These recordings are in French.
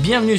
Bienvenue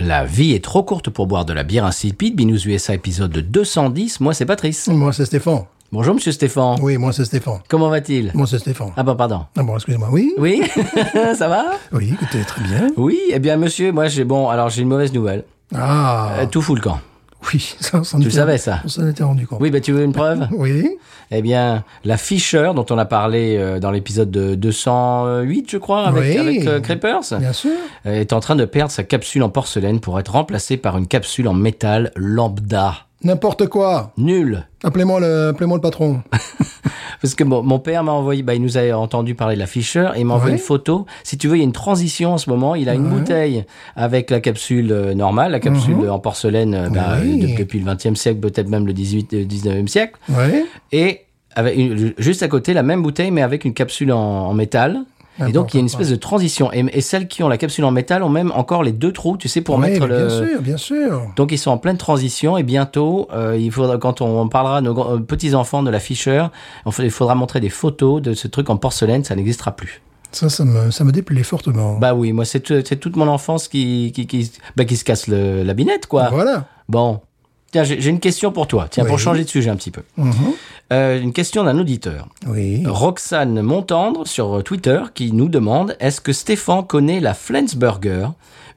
La vie est trop courte pour boire de la bière insipide. Binous USA épisode 210. Moi, c'est Patrice. Moi, c'est Stéphane. Bonjour, monsieur Stéphane. Oui, moi, c'est Stéphane. Comment va-t-il Moi, c'est Stéphane. Ah, bah, pardon. Ah bon, excusez-moi. Oui Oui, ça va Oui, écoutez, très bien. Oui, eh bien, monsieur, moi, j'ai bon. Alors, j'ai une mauvaise nouvelle. Ah, Euh, tout fout le camp. oui, ça, ça Tu le savais, ça On s'en était rendu compte. Oui, bah, tu veux une preuve Oui. Eh bien, la Fisher, dont on a parlé euh, dans l'épisode de 208, je crois, avec, Oui. avec, euh, Creepers, Bien sûr. euh, est en train de perdre sa capsule en porcelaine pour être remplacée par une capsule en métal lambda. N'importe quoi. Nul Appelez-moi le, appelez-moi le patron. Parce que mon, mon père m'a envoyé, bah, il nous a entendu parler de la Fisher, et il m'a envoyé Ouais. une photo. Si tu veux, il y a une transition en ce moment. Il a une Ouais. bouteille avec la capsule euh, normale, la capsule Mhm. en porcelaine euh, bah, Oui. de- depuis le 20e siècle, peut-être même le 18, euh, 19e siècle. Oui. et avec une- juste à côté la même bouteille mais avec une capsule en, en métal. Ah Et donc il y a une espèce de transition. Et, et celles qui ont la capsule en métal ont même encore les deux trous, tu sais, pour Oui, mettre mais le. Bien sûr, bien sûr. Donc ils sont en pleine transition et bientôt, euh, il faudra quand on, on parlera à nos grands- euh, petits-enfants de la Fisher, on fa- il faudra montrer des photos de ce truc en porcelaine, ça n'existera plus. Ça, ça me, ça me déplaît fortement. Bah oui, moi c'est tout- c'est toute mon enfance qui, qui, qui, bah, qui se casse le- la binette, quoi. Voilà. Bon. Tiens, j'ai j'ai une question pour toi, tiens, pour Oui. changer de sujet un petit peu. Mhm. Euh, une question d'un auditeur. Oui. Roxane Montendre sur Twitter qui nous demande est-ce que Stéphane connaît la Flensburger,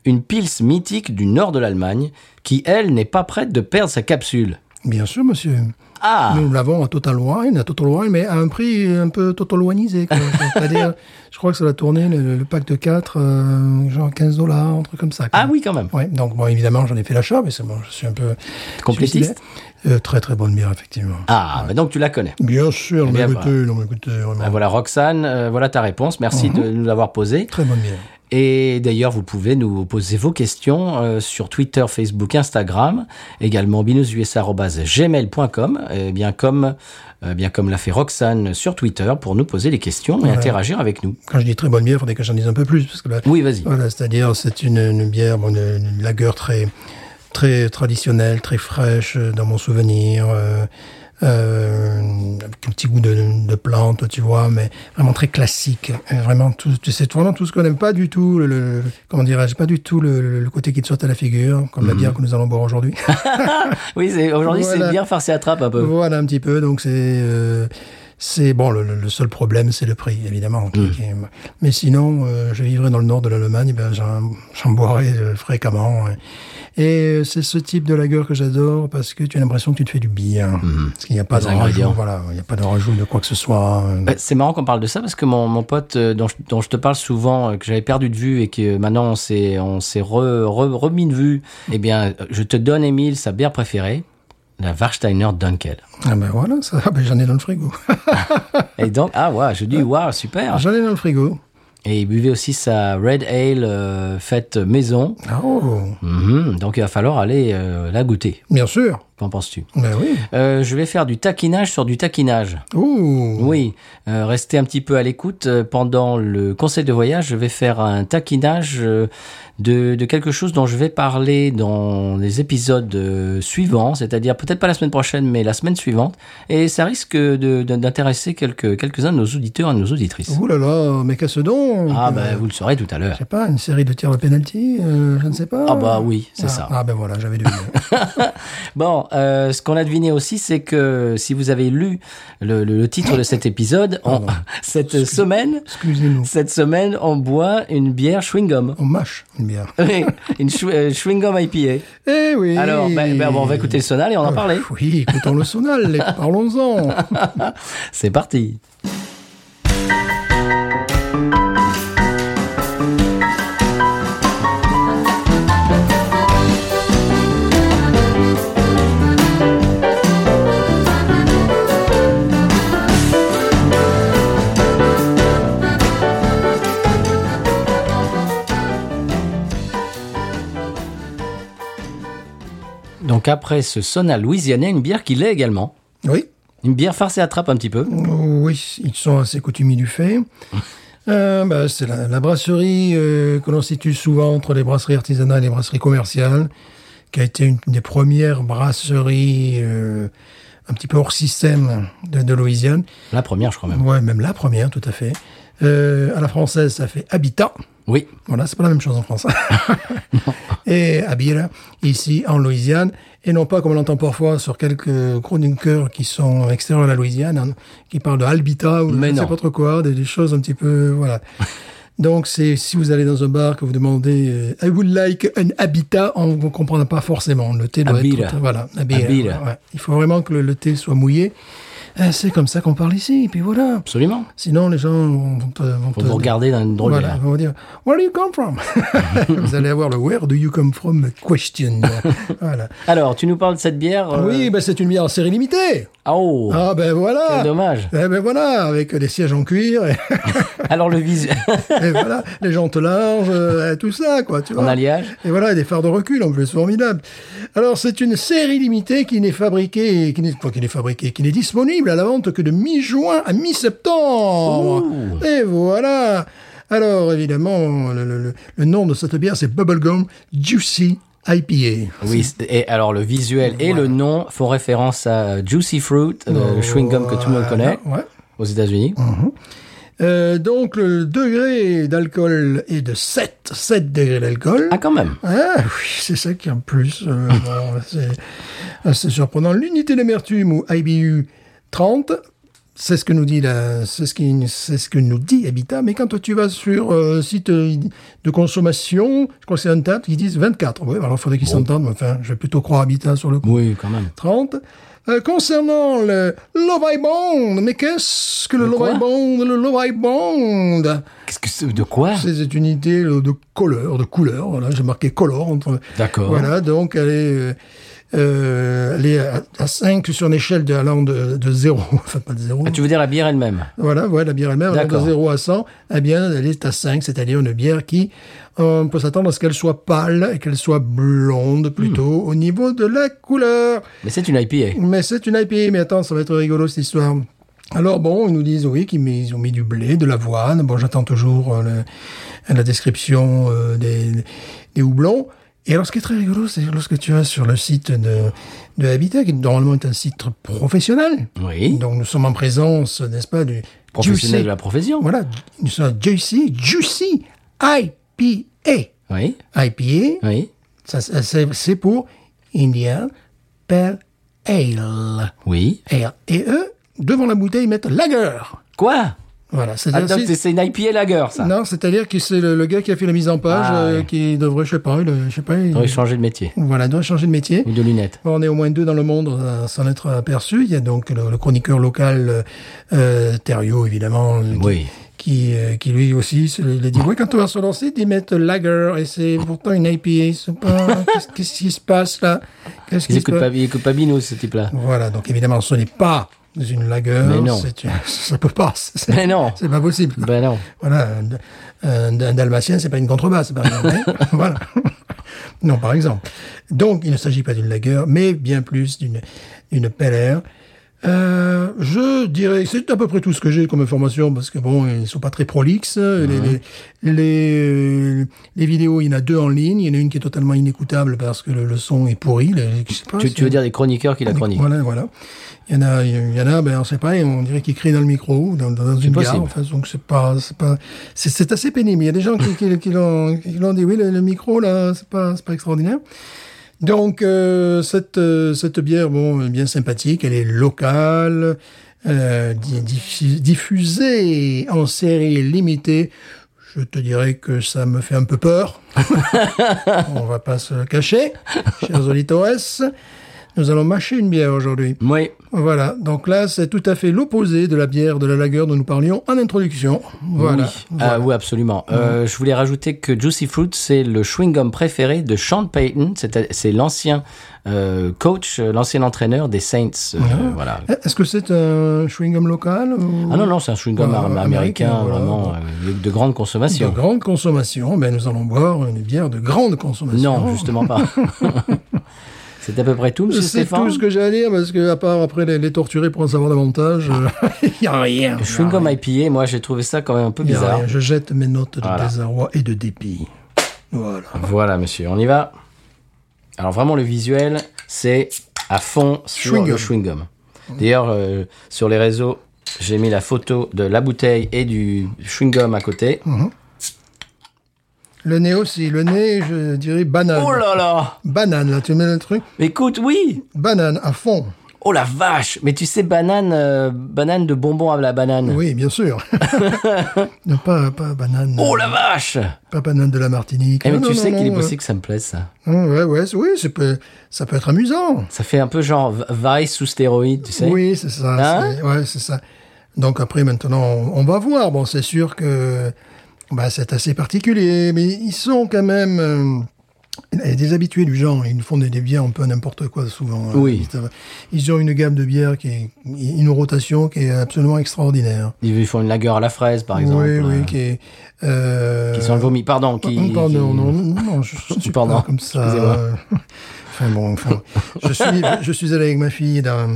une pils mythique du nord de l'Allemagne, qui elle n'est pas prête de perdre sa capsule Bien sûr, monsieur. Ah Nous l'avons à Total Wine, à Total Wine, mais à un prix un peu Total Wineisé. quoi. C'est-à-dire, je crois que ça va tourner le, le pack de 4, genre 15 dollars, un truc comme ça. quoi. Ah oui, quand même Ouais, donc bon, évidemment, j'en ai fait l'achat, mais c'est bon, je suis un peu Complétiste suicidaire. Euh, Très très bonne bière, effectivement. Ah, bah donc tu la connais. Bien sûr, bien, mais bah. écoutez, non, mais écoutez, vraiment, Bah voilà Roxane, euh, voilà ta réponse. Merci de nous l'avoir posée. très bonne bière. Et d'ailleurs, vous pouvez nous poser vos questions euh, sur Twitter, Facebook, Instagram, également binoususa.gmail.com, eh bien comme, eh bien comme l'a fait Roxane sur Twitter pour nous poser des questions et interagir avec nous. Quand je dis très bonne bière, il faudrait que j'en dise un peu plus, parce que là, Oui, vas-y. voilà, c'est-à-dire, c'est une, une bière, bon, une, une lager très très traditionnelle, très fraîche euh, dans mon souvenir. euh, euh, avec un petit goût de, de plante, tu vois, mais vraiment très classique. Euh, Vraiment, tout, tu sais, vraiment tout ce qu'on n'aime pas du tout, le, le- comment dirais-je, pas du tout le, le- le côté qui te saute à la figure, comme la bière que nous allons boire aujourd'hui. Oui, c'est- aujourd'hui c'est Voilà. bien farcé à trappe un peu. Voilà un petit peu. Donc c'est euh, c'est bon. Le, le seul problème, c'est le prix, évidemment. Mm. qui- qui est- mais sinon, euh, je vivrais dans le nord de l'Allemagne, ben j'en j'en boirais euh, fréquemment. ouais. Et euh, c'est ce type de lagueur que j'adore parce que tu as l'impression que tu te fais du bien. Parce qu'il n'y a pas Les de ingrédients. rajout. Voilà, il n'y a pas de rajout de quoi que ce soit. euh, Bah, C'est marrant qu'on parle de ça parce que mon, mon pote euh, dont je, dont je te parle souvent, euh, que j'avais perdu de vue et que euh, maintenant on s'est on s'est re- re- remis de vue, eh bien, euh, je te donne, Émile, sa bière préférée, la Warsteiner Dunkel. Ah ben voilà, ça, ah ben j'en ai dans le frigo. Et donc, ah ouais, je Euh, dis, waouh, super. j'en ai dans le frigo. Et il buvait aussi sa Red Ale euh, faite maison. Ah, Oh, Mhm, donc il va falloir aller euh, la goûter. bien sûr. Qu'en penses-tu Ben oui. Euh, Je vais faire du taquinage sur du taquinage. Ouh. Oui, euh, restez un petit peu à l'écoute. Euh, Pendant le conseil de voyage, je vais faire un taquinage euh, de, de quelque chose dont je vais parler dans les épisodes euh, suivants, c'est-à-dire peut-être pas la semaine prochaine, mais la semaine suivante. Et ça risque de- de- d'intéresser quelques- quelques-uns de nos auditeurs et de nos auditrices. Ouh là là, mais qu'est-ce donc Ah euh, bah vous le saurez tout à l'heure. Je sais pas, une série de tirs de penalty, euh, je ne sais pas. Ah bah oui, c'est Ah, ça. Ah ben voilà, j'avais deviné. Bon, euh, ce qu'on a deviné aussi, c'est que si vous avez lu le, le- le titre de cet épisode, on- Pardon. cette semaine, Excusez-nous. cette semaine, on boit une bière chewing-gum. On mâche une bière. Oui, une chou- euh, chewing-gum IPA. Eh oui Ah, Alors, ben, ben, bon, on va écouter le sonal Oh, et on en parler. Oui, écoutons le sonal, et parlons-en. C'est parti. Donc après ce Sona Louisianais, une bière qu'il est également. Oui, Une bière farce et attrape un petit peu. oui, ils sont assez coutumiers du fait. Euh, bah, c'est la, la brasserie euh, que l'on situe souvent entre les brasseries artisanales et les brasseries commerciales, qui a été une des premières brasseries euh, un petit peu hors système de, de Louisiane. La première, je crois même. Ouais, même la première, tout à fait. Euh, à la française, ça fait habitat. Oui. Voilà, c'est pas la même chose en France. et Habira, ici en Louisiane, et non pas comme on l'entend parfois sur quelques chroniqueurs qui sont extérieurs à la Louisiane, hein, qui parlent de Albita ou Mais je ne non. sais pas trop quoi, des, des choses un petit peu, voilà. Donc, c'est si vous allez dans un bar que vous demandez euh, I would like an Habitat, on ne comprendra pas forcément. Le thé doit Habira. être. Voilà, Habira, Habira. ouais. Il faut vraiment que le, le thé soit mouillé. Euh, C'est comme ça qu'on parle ici, et puis voilà. Absolument. Sinon, les gens vont te, vont Faut te- vous regarder hein. dans une drôle de voilà, l'air. on va dire Where do you come from Vous allez avoir le Where do you come from question. voilà. Alors, tu nous parles de cette bière euh, Oui, ben c'est une bière en série limitée. Ah, Oh Ah ben Quel voilà. dommage. Eh ben voilà, avec des sièges en cuir, et, Alors, le visuel et voilà, les jantes larges, euh, et tout ça, quoi, tu vois. en alliage. Et voilà, et des phares de recul en plus, formidable. Alors, c'est une série limitée qui n'est fabriquée, qui n'est, enfin, qui n'est fabriquée, qui n'est disponible à la vente que de mi-juin à mi-septembre. Et voilà. Alors, évidemment, le, le- le- le nom de cette bière, c'est Bubblegum Juicy IPA. Oui, c'est- et alors le visuel et le nom font référence à Juicy Fruit, le chewing gum que tout le monde connaît Oh, Voilà, ouais. aux États-Unis. Euh, donc, le degré d'alcool est de 7, 7 degrés d'alcool. Ah, quand même. Ah oui, c'est ça qui est en plus. euh, bon, c'est assez surprenant. L'unité d'amertume ou IBU 30, c'est ce que nous dit la, c'est ce qui, c'est ce que nous dit Habitat. Mais quand tu vas sur euh, site euh, de consommation, je crois que c'est Untapped, ils disent 24. Oui, alors il faudrait qu'ils s'entendent. mais Enfin, je vais plutôt croire Habitat sur le coup. Oui, quand même. 30. Euh, concernant le Love Bond, mais qu'est-ce que le, quoi Love Bond, le Love Bond Qu'est-ce que c'est- de quoi c'est une idée euh, de couleur, de couleur. Voilà, j'ai marqué color entre. D'accord. Voilà, donc elle est, euh, euh, elle est à, à 5 sur une échelle de- allant de, de 0, enfin pas de 0. Ah, Tu veux dire la bière elle-même Voilà, ouais, la bière elle-même, allant de D'accord. 0 à 100, eh bien, elle est à 5, c'est-à-dire une bière qui, euh, on peut s'attendre à ce qu'elle soit pâle et qu'elle soit blonde plutôt Hmm. au niveau de la couleur. Mais c'est une IPA. Mais c'est une IPA, mais attends, ça va être rigolo cette histoire. Alors bon, ils nous disent oui qu'ils mis- ils ont mis du blé, de l'avoine. Bon, j'attends toujours euh, le- la description euh, des, des houblons. Et alors, ce qui est très rigolo, c'est lorsque tu vas sur le site de, de Habitat, qui normalement est un site professionnel. Oui. Donc, nous sommes en présence, n'est-ce pas, du Professionnel Juicy- de la profession. Voilà, nous sommes à Juicy, Juicy IPA. Oui. IPA, Oui. ça, ça, c'est c'est pour Indian Pale Ale. Oui. Et, et eux, devant la bouteille, ils mettent lager. Quoi Voilà, Ah, c'est-à-dire donc, si- c'est- c'est une IPA lager, ça. non, c'est-à-dire que c'est le, le gars qui a fait la mise en page Ah, euh, ouais. qui devrait, je sais pas, il, euh, je sais pas, il- On aurait changé de métier. voilà, doit changer de métier. Ou de lunettes. On est au moins deux dans le monde euh, sans être aperçu. Il y a donc le, le chroniqueur local euh, euh, Thériault, évidemment, le- Oui. qui, euh, qui lui aussi, se- il a dit, oui, quand on va sur leur site, ils mettent lager, et c'est pourtant une IPA, c'est pas, qu'est-ce- qu'est-ce qui se passe là? Qu'est-ce Ils qui se écoutent passe? pas, ils écoutent pas Binous, ce type-là. Voilà, donc évidemment, ce n'est pas une lagueur. Mais non. c'est une- Ça peut pas. c'est- Mais non. C'est pas possible. Ben non. Voilà, un, un- un dalmatien, c'est pas une contrebasse, par exemple. hein. voilà. Non, par exemple. Donc, il ne s'agit pas d'une lagueur, mais bien plus d'une d'une pelle air. Euh, je dirais, c'est à peu près tout ce que j'ai comme information, parce que bon, ils sont pas très prolixes. hein. Les, les, les, les vidéos, il y en a deux en ligne. Il y en a une qui est totalement inécoutable parce que le, le son est pourri. les- je sais pas, Tu, c'est- tu veux dire des chroniqueurs qui la chroniquent voilà, voilà. Il y en a, il y en a, ben, on sait pas, on dirait qu'ils crient dans le micro, ou dans, dans une possible. gare, enfin, donc c'est pas, c'est pas, c'est, c'est assez pénible. Il y a des gens qui, qui, qui l'ont, qui l'ont dit, oui, le, le micro, là, c'est pas, c'est pas extraordinaire. Donc, euh, cette, euh, cette bière, bon, est bien sympathique, elle est locale, euh, di- diffu- diffusée en série limitée. Je te dirais que ça me fait un peu peur. On va pas se le cacher, chers auditeurs. Nous allons mâcher une bière aujourd'hui. Oui. Voilà, donc là, c'est tout à fait l'opposé de la bière de la lagueur dont nous parlions en introduction. Voilà. Oui, Ah, oui, absolument. Euh, je voulais rajouter que Juicy Fruit, c'est le chewing-gum préféré de Sean Payton. C'est c'est l'ancien euh, coach, euh, l'ancien entraîneur des Saints. euh, Voilà. Eh, Est-ce que c'est un chewing-gum local ou... Ah non, non, c'est un chewing-gum Ah, am- américain, américain, voilà. vraiment euh, de grande De consommation. grande consommation, ben nous allons boire une bière de grande consommation. Non, justement pas. C'est à peu près tout, monsieur C'est Stéphane. tout ce que j'ai à dire, parce que à part après les, les torturer pour en savoir davantage, euh, il n'y a rien. Le chewing-gum IPA, moi j'ai trouvé ça quand même un peu Ah Y a bizarre. rien. Je jette mes notes de Voilà. désarroi et de dépit. Voilà. Voilà, monsieur, on y va. Alors, vraiment, le visuel, c'est à fond sur Chewing-gum. Mm. le chewing-gum. D'ailleurs, euh, sur les réseaux, j'ai mis la photo de la bouteille et du chewing-gum à côté. Mm-hmm. Le nez aussi. Le nez, je dirais banane. Oh là là Banane, là, tu mets le truc. Écoute, oui Banane, à fond. Oh la vache Mais tu sais, banane, euh, banane de bonbon à la banane. Oui, bien sûr. non, pas, pas banane. Oh la vache Pas banane de la Martinique. Eh, mais Non, tu non, sais non, qu'il est non, possible que ça me plaise, ça. euh, ouais, ouais, oui, ça peut, ça peut être amusant. Ça fait un peu genre V- Vice sous stéroïde, tu sais. Oui, c'est ça. Hein c'est- ouais, c'est ça. Donc après, maintenant, on, on va voir. Bon, c'est sûr que bah, c'est assez particulier, mais ils sont quand même euh, les- des habitués du genre. Ils nous font des, des bières un peu n'importe quoi souvent. hein. Oui. Ils ont une gamme de bières qui est une rotation qui est absolument extraordinaire. Ils font une lagueur à la fraise, par exemple. oui, oui, euh, qui est. euh, qui sent le vomi. Pardon, qui... Pardon, qui- non, non, non, je je suis Pardon, pas comme ça. excusez-moi. Enfin bon, enfin, je suis, je suis allé avec ma fille dans,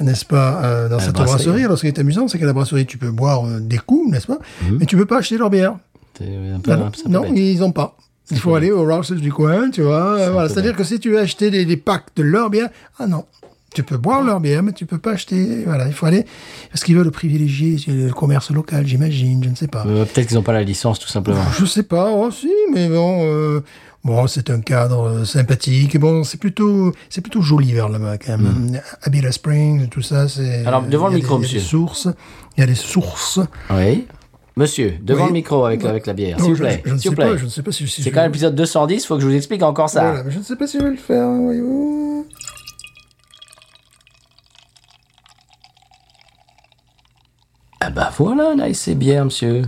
n'est-ce pas, euh, dans cette brasserie. brasserie. Alors, ce qui est amusant, c'est qu'à la brasserie, tu peux boire euh, des coups, n'est-ce pas, mais tu peux pas acheter leur bière. C'est un peu- Non, Mm-hmm. Ah c'est un peu Ah, non, bête. ils ont pas. Il faut aller au Rouses du coin, tu vois. euh, Voilà, c'est-à-dire que si tu veux acheter des, des packs de leur bière, ah non, tu peux boire leur bière, mais tu peux pas acheter. Voilà, il faut aller parce qu'ils veulent privilégier le commerce local, j'imagine, je ne sais pas. Euh, Peut-être qu'ils n'ont pas la licence, tout simplement. Je sais pas, oh si, mais bon, euh, bon, c'est un cadre euh, sympathique. Bon, c'est plutôt, c'est plutôt joli vers là-bas quand même. Abila Springs, tout ça, c'est. Mm. Alors, devant il y a le micro, des- il y a des monsieur. sources, il y a des sources. Oui. Monsieur, devant Oui. le micro avec, avec la bière, Non, s'il vous je- plaît. Je, je ne s'il sais vous pas, plaît. je ne sais pas si. si C'est je- quand même l'épisode 210, faut que je vous explique encore ça. Voilà, mais je ne sais pas si je vais le faire. hein, voyez-vous. Ah bah voilà, là, c'est bière, monsieur.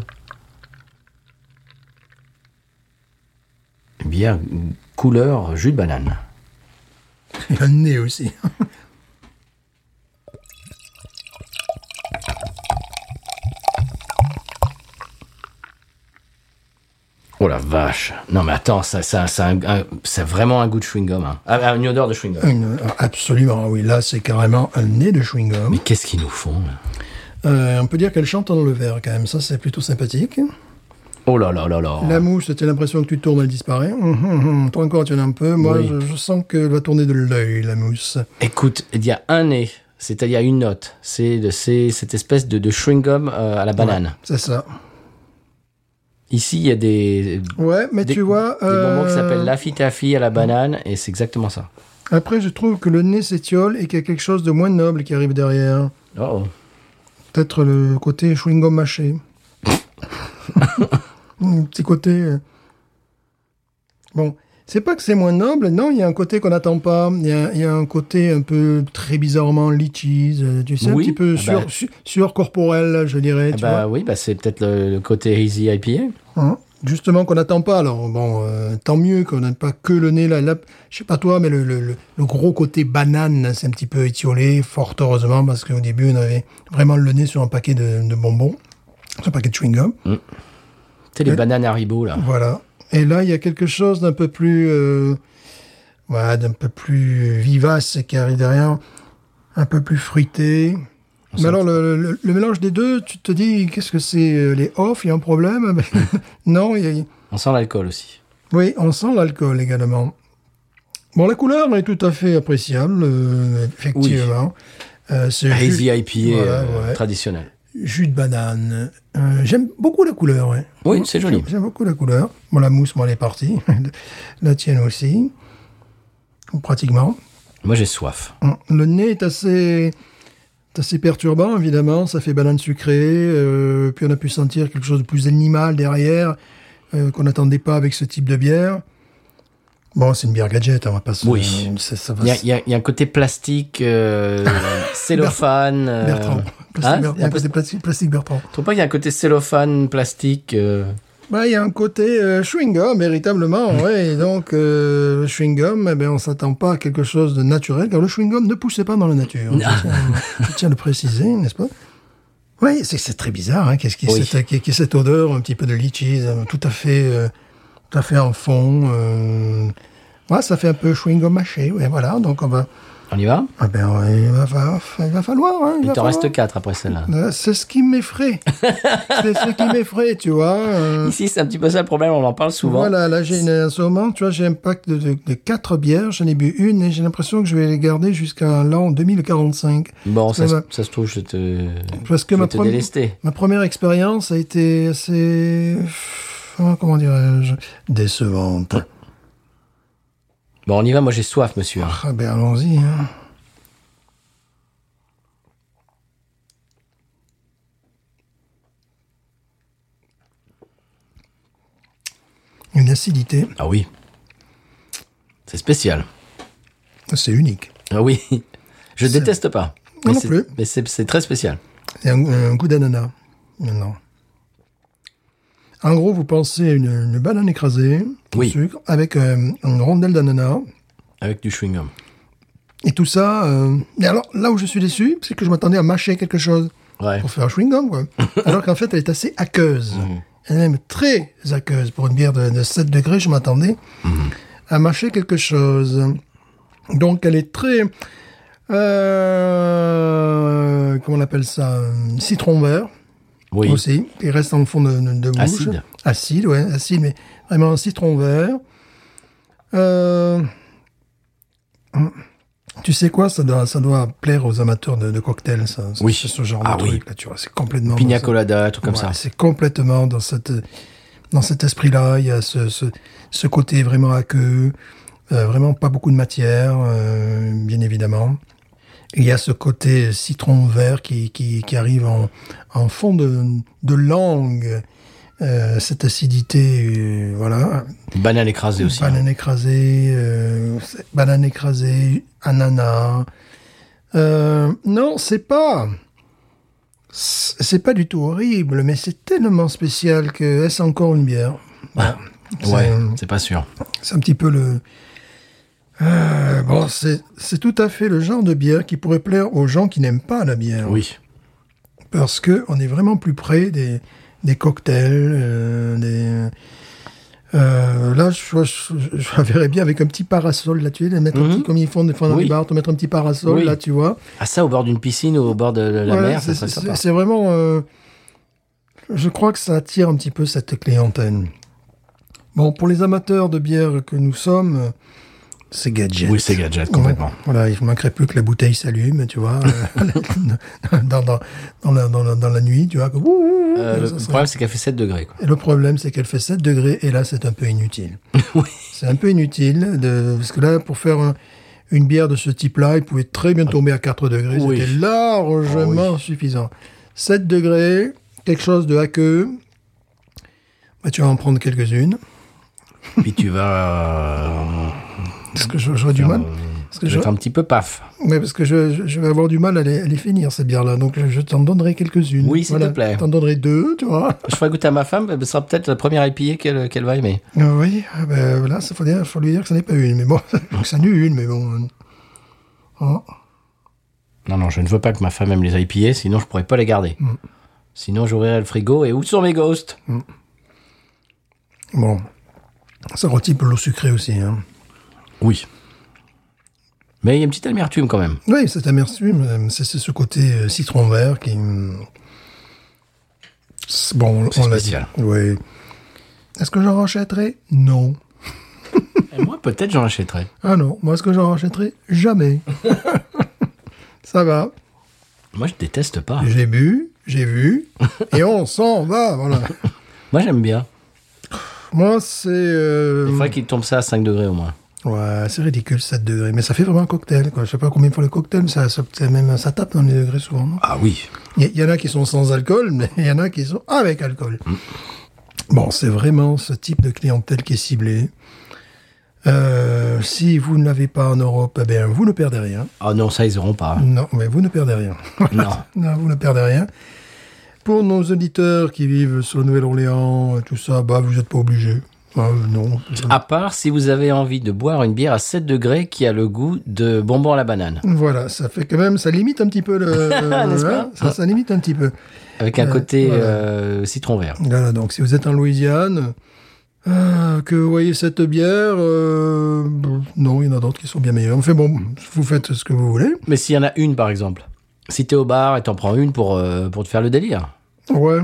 Bière couleur jus de banane. Il y a le nez aussi. Oh la vache. Non mais attends, ça, ça, ça, a un- un- ça a vraiment un goût de chewing-gum. hein. Ah, ah, une odeur de chewing-gum. Une- absolument, oui. Là, c'est carrément un nez de chewing-gum. Mais qu'est-ce qu'ils nous font là Euh, on peut dire qu'elle chante dans le verre quand même. Ça, c'est plutôt sympathique. Oh là là là là. La mousse, t'as l'impression que tu tournes, elle disparaît. Hum, hum, hum. Toi encore, tu en as un peu. Moi, je, je sens qu'elle va tourner de l'œil, la mousse. Écoute, il y a un nez, c'est-à-dire une note. C'est de- c'est cette espèce de, de chewing-gum euh, à la banane. C'est ça. Ici, il y a des, Ouais, mais des, tu vois... des euh, hmm. bonbons qui s'appellent Laffy Taffy à la banane, et c'est exactement ça. Après, je trouve que le nez s'étiole et qu'il y a quelque chose de moins noble qui arrive derrière. Oh, Peut-être le côté chewing-gum mâché. Un petit côté... euh. Bon, c'est pas que c'est moins noble, non, il y a un côté qu'on n'attend pas. Il y, a- il y a un côté un peu très bizarrement litchis, euh, tu sais, Oui. un petit peu Ah sur, bah. sur- surcorporel, je dirais. Ah tu vois. bah oui, bah c'est peut-être le, le côté Easy IPA. Hein, Justement, qu'on n'attend pas. Alors, bon, euh, tant mieux qu'on n'a pas que le nez là. là je sais pas toi, mais le, le, le- le gros côté banane, là, c'est un petit peu étiolé, fort heureusement, parce qu'au début, on avait vraiment le nez sur un paquet de, de bonbons, sur un paquet de chewing-gum. Tu sais, les bananes Haribo, là. Voilà. Et là, il y a quelque chose d'un peu plus. euh, voilà, d'un peu plus vivace qui arrive derrière, un peu plus fruité. Mais alors, le, le- le mélange des deux, tu te dis, qu'est-ce que c'est euh, Les off, il y a un problème Non, il y a. On sent l'alcool aussi. Oui, on sent l'alcool également. Bon, la couleur est tout à fait appréciable, euh, effectivement. Euh, c'est jus- Easy IPA voilà, euh, ouais. traditionnel. Jus de banane. Euh, J'aime beaucoup la couleur. ouais. Oui, c'est joli. J'aime beaucoup la couleur. Bon, la mousse, moi, elle est partie. la tienne aussi. Pratiquement. Moi, j'ai soif. Mm. Le nez est assez, est assez perturbant, évidemment. Ça fait banane sucrée. euh, puis on a pu sentir quelque chose de plus animal derrière, euh, qu'on n'attendait pas avec ce type de bière. Bon, c'est une bière gadget, hein, on va pas se... Oui. ça- ça va Il y a, se- il y a- il y a un côté plastique, euh, cellophane. euh, Bertrand. Plastique, hein, Ber- il il y y a a un un côté plastique, plastique Bertrand. Trouve pas qu'il y a un côté cellophane, plastique. euh, Bah, il y a un côté euh, chewing-gum, véritablement, ouais. Et donc, euh, le chewing-gum, eh ben, on s'attend pas à quelque chose de naturel, car le chewing-gum ne poussait pas dans la nature. hein, Ah. Je tiens, je tiens à le préciser, n'est-ce pas Oui, c'est c'est très bizarre, hein, qu'est-ce qui Oui. cette, qui- qui cette odeur un petit peu de litchis, euh, tout à fait, euh, tout à fait en fond, euh, Ouais, ça fait un peu chewing gum mâché. Ouais, voilà, donc on va. On y va Ah ben, ouais, il, va, falloir- il va falloir. hein, Il va t'en falloir. reste quatre après celle-là. Euh, C'est ce qui m'effraie. c'est ce qui m'effraie, tu vois. euh, Ici, c'est un petit peu ça le problème, on en parle souvent. Voilà, là j'ai une, en ce moment, tu vois, j'ai un pack de, de, de quatre bières, j'en ai bu une et j'ai l'impression que je vais les garder jusqu'à l'an 2045. Bon, ça, Ça se- va. ça se trouve, je te, Parce que Mm. je ma, vais te premi- délester. ma première expérience a été assez, euh, comment dirais-je, décevante. Bon, on y va, moi j'ai soif, monsieur. Ah ben allons-y. hein. Une acidité, Ah oui. C'est spécial. c'est unique. Ah oui. Je déteste pas. Moi Mais non c'est- plus. Mais c'est c'est très spécial. Il y a un, un goût d'ananas maintenant. En gros, vous pensez à une, une banane écrasée au Oui. sucre avec euh, une rondelle d'ananas. Avec du chewing-gum. Et tout ça. euh, Mais alors, là où je suis déçu, c'est que je m'attendais à mâcher quelque chose Ouais. pour faire un chewing-gum, quoi. alors qu'en fait, elle est assez aqueuse. Elle est même très aqueuse. Pour une bière de, de 7 degrés, je m'attendais à mâcher quelque chose. Donc, elle est très. euh, comment on appelle ça euh, Citron vert. Oui. aussi. Il reste en fond de, de, de bouche. Acide. Acide, ouais, acide, mais vraiment un citron vert. Euh, Tu sais quoi, ça doit, ça doit plaire aux amateurs de, de cocktails, ça. ça, Oui. c'est Ce genre Ah de oui. truc, là, tu vois. C'est complètement. dans Pina ce- colada, un truc comme Ouais, ça. C'est complètement dans cette, dans cet esprit-là. Il y a ce, ce, ce côté vraiment aqueux, euh, vraiment pas beaucoup de matière, euh, bien évidemment. Et Il y a ce côté citron vert qui, qui, qui arrive en, en fond de, de langue. Euh, cette acidité, euh, voilà. Banane écrasée aussi. hein. Banane écrasée, euh, c'est- banane écrasée, ananas. Euh, non, c'est pas. C'est c'est pas du tout horrible, mais c'est tellement spécial que est-ce encore une bière Voilà. C'est- hein. Ouais, c'est pas sûr. C'est un petit peu le. Euh, bon, c'est c'est tout à fait le genre de bière qui pourrait plaire aux gens qui n'aiment pas la bière Oui. parce que on est vraiment plus près des, des cocktails, euh, des. Euh, là, je, je, je la verrais bien avec un petit parasol là, tu sais, de mettre un petit- comme ils font des fois dans Mhm. Oui. les bars, te mettre un petit parasol Oui. là, tu vois. Ah, ça, au bord d'une piscine ou au bord de la Voilà, mer, c'est- ça serait c'est- sympa. C'est vraiment. euh, je crois que ça attire un petit peu cette clientèle. Bon, pour les amateurs de bière que nous sommes, euh, c'est gadget. Oui, c'est gadget, complètement. Voilà, il ne manquerait plus que la bouteille s'allume, tu vois, euh, dans, dans, dans, la, dans, la, dans la nuit, tu vois. que- Euh, Ça le serait- problème, c'est qu'elle fait 7 degrés. Quoi. et le problème, c'est qu'elle fait 7 degrés, et là, c'est un peu inutile. C'est un peu inutile, de, parce que là, pour faire un- une bière de ce type-là, il pouvait très bien tomber à 4 degrés. Oui. Ah C'était largement suffisant. 7 degrés, quelque chose de hackeux. Bah, tu vas en prendre quelques-unes. Puis tu vas. euh, Parce que je- j'aurai du mal. Parce que je vais je, être un petit peu paf. mais parce que je, je- je vais avoir du mal à les, à les finir, ces bières-là. Donc, je, je t'en donnerai quelques-unes. Oui, s'il te Voilà. plaît. Je t'en donnerai deux, tu vois. Je ferai goûter à ma femme, ce sera peut-être la première épillée qu'elle qu'elle va aimer. Ah Oui, ah ben, là, il faut, dire- faut lui dire que ça n'est pas une, mais bon, que ça n'est une, mais bon. Oh, Non, non, je ne veux pas que ma femme aime les IPA, sinon je pourrais pas les garder. Sinon, j'ouvrirai le frigo et où sont mes ghosts Bon, ça retype l'eau sucrée aussi. Hein. Oui. Mais il y a une petite amertume quand même. Oui, cette amertume, euh, c'est c'est ce côté euh, citron vert qui. hum, c'est Bon, on- C'est on l'a dit. spécial. Oui. Est-ce que j'en rachèterai Non. Et moi, peut-être, j'en achèterai. Ah non, moi, est-ce que j'en rachèterai Jamais. ça va. Moi, je déteste pas. J'ai bu, j'ai vu, et on s'en va, voilà. Moi, j'aime bien. Moi, c'est. euh, Il faudrait qu'il tombe ça à 5 degrés au moins. Ouais, c'est ridicule 7 degrés, mais ça fait vraiment un cocktail. Quoi. Je sais pas combien font les cocktails, mais ça, ça, c'est même, ça tape dans les degrés souvent. non Ah oui. Il y, il y en a qui sont sans alcool, mais il y en a qui sont avec alcool. Bon, c'est vraiment ce type de clientèle qui est ciblée. Euh, si vous ne l'avez pas en Europe, eh bien, vous ne perdez rien. Ah non, ça, ils auront pas. Non, mais vous ne perdez rien. Non. Non, vous ne perdez rien. Pour nos auditeurs qui vivent sur la Nouvelle-Orléans, tout ça, bah, vous n'êtes pas obligés. Ah, non. À part si vous avez envie de boire une bière à 7 degrés qui a le goût de bonbon à la banane. Voilà, ça fait quand même, ça limite un petit peu le. N'est-ce pas hein, ça, ça limite un petit peu. Avec un Euh, côté voilà. euh, citron vert. Voilà, donc si vous êtes en Louisiane, Euh, que vous voyez cette bière, euh, bon, non, il y en a d'autres qui sont bien meilleures. Enfin bon, vous faites ce que vous voulez. Mais s'il y en a une, par exemple, si t'es au bar et t'en prends une pour, euh, pour te faire le délire, Ouais,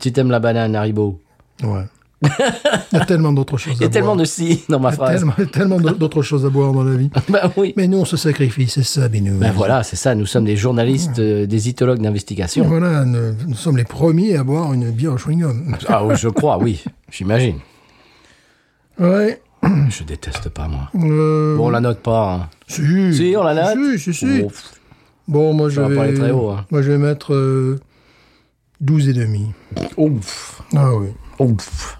si t'aimes la banane Haribo, ouais. il y a tellement d'autres choses il y à a tellement de boire. si dans ma Il y a phrase. tellement, tellement d'autres- d'autres choses à boire dans la vie. Bah oui. Mais nous, on se sacrifie, c'est ça, Binou. Ben voilà, c'est ça, nous sommes des journalistes, euh, des itologues d'investigation. Voilà, nous, nous sommes les premiers à boire une bière au chewing-gum. Ah oui, je crois, oui, j'imagine. Ouais. Je déteste pas, moi. euh, Bon, on la note pas. hein. Si. Si, on la note Si, si, si. Oh, pff, Bon, moi, je va vais. pas aller très haut, hein. Moi, je vais mettre euh, 12 et demi. oh, pff, Ah oui. oh, pff.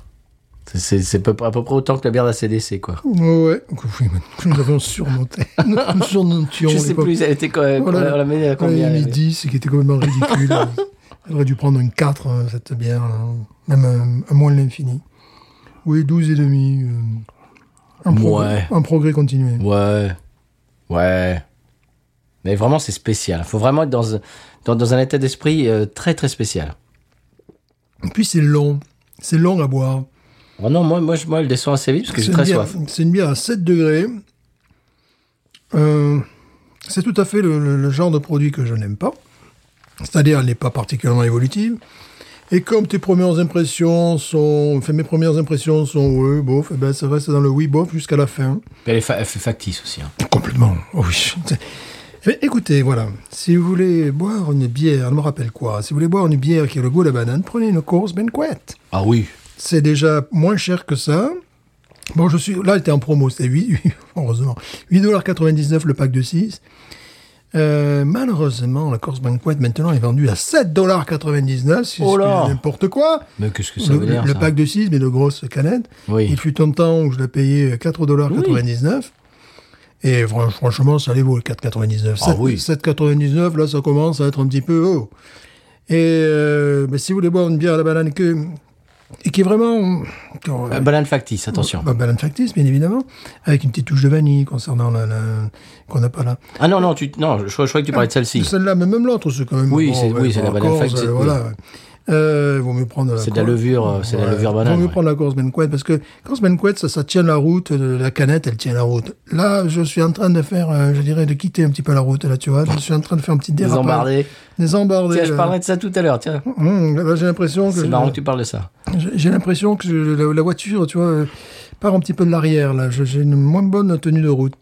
C'est- C'est c'est peu- à peu près autant que la bière de la CDC, quoi. Ouais, ouais. Oui, mais nous avons surmonté. Nous surmontions. Je sais plus, elle était quoi, Voilà. on l'a menée à combien Combien elle Oh ouais, avait 10, qui était complètement ridicule. Elle aurait dû prendre une 4, hein, cette bière. là. Même un, un moins l'infini. Oui, 12 et demi. euh, un, progrès, Ouais. un progrès continué. Ouais. Ouais. Mais vraiment, c'est spécial. Faut vraiment être dans, un- dans, dans un état d'esprit euh, très très spécial. Et puis, c'est long. C'est long à boire. Oh non, moi, moi, je- moi elle descend assez vite parce que C'est j'ai une très bière- soif. C'est une bière à 7 degrés. Euh, c'est tout à fait le, le- le genre de produit que je n'aime pas. C'est-à-dire, elle n'est pas particulièrement évolutive. Et comme tes premières impressions sont, enfin, mes premières impressions sont, ouais, bof, eh ben, ça reste dans le oui, bof, jusqu'à la fin. Elle est, fa- elle fait factice aussi. hein. Complètement. Oh oui. Mais écoutez, voilà. Si vous voulez boire une bière, je me rappelle quoi. Si vous voulez boire une bière qui a le goût de la banane, prenez une course Ben banquette Ah oui. c'est déjà moins cher que ça. Bon, je suis là, elle était en promo, c'était 8, heureusement. 8,99$ le pack de 6. Euh, malheureusement, la course banquet maintenant est vendue à 7,99$, c'est Oh là n'importe quoi. Mais qu'est-ce que ça Le, veut dire le ça pack de 6, mais de grosses canettes. Oui. Il fut un temps où je la payais 4,99$. Et fran- franchement, ça les vaut, le 4,99$. Ah 7- oui. 7,99$, là, ça commence à être un petit peu haut. Et euh, ben, si vous voulez boire une bière à la banane que, et qui est vraiment... quand- Euh, Banane factice, attention. bah, banane factice, bien évidemment, avec une petite touche de vanille concernant la... la- qu'on n'a pas là. Ah non, non, tu, non je, je croyais que tu parlais Ah, de celle-ci. Celle-là, mais même l'autre, c'est quand même... Oui, c'est- oui, c'est la banane Corse, factice, euh, oui. Voilà. ouais. Euh, vaut mieux prendre C'est de la Corse. levure, euh, c'est de la Ouais. levure Vaut banane. mieux ouais. prendre la course Benquet parce que course Benquet, ça, ça tient la route, euh, la canette, elle tient la route. Là, je suis en train de faire, euh, je dirais, de quitter un petit peu la route, là, tu vois. Je suis en train de faire un petit Des dérapage. embardés. Des embardés. Tiens, je là. parlerai de ça tout à l'heure. Tiens, Hum, là, j'ai l'impression que, c'est marrant que tu parles de ça. j'ai- j'ai l'impression que je- la, la voiture, tu vois, euh, part un petit peu de l'arrière, là. Je- J'ai une moins bonne tenue de route.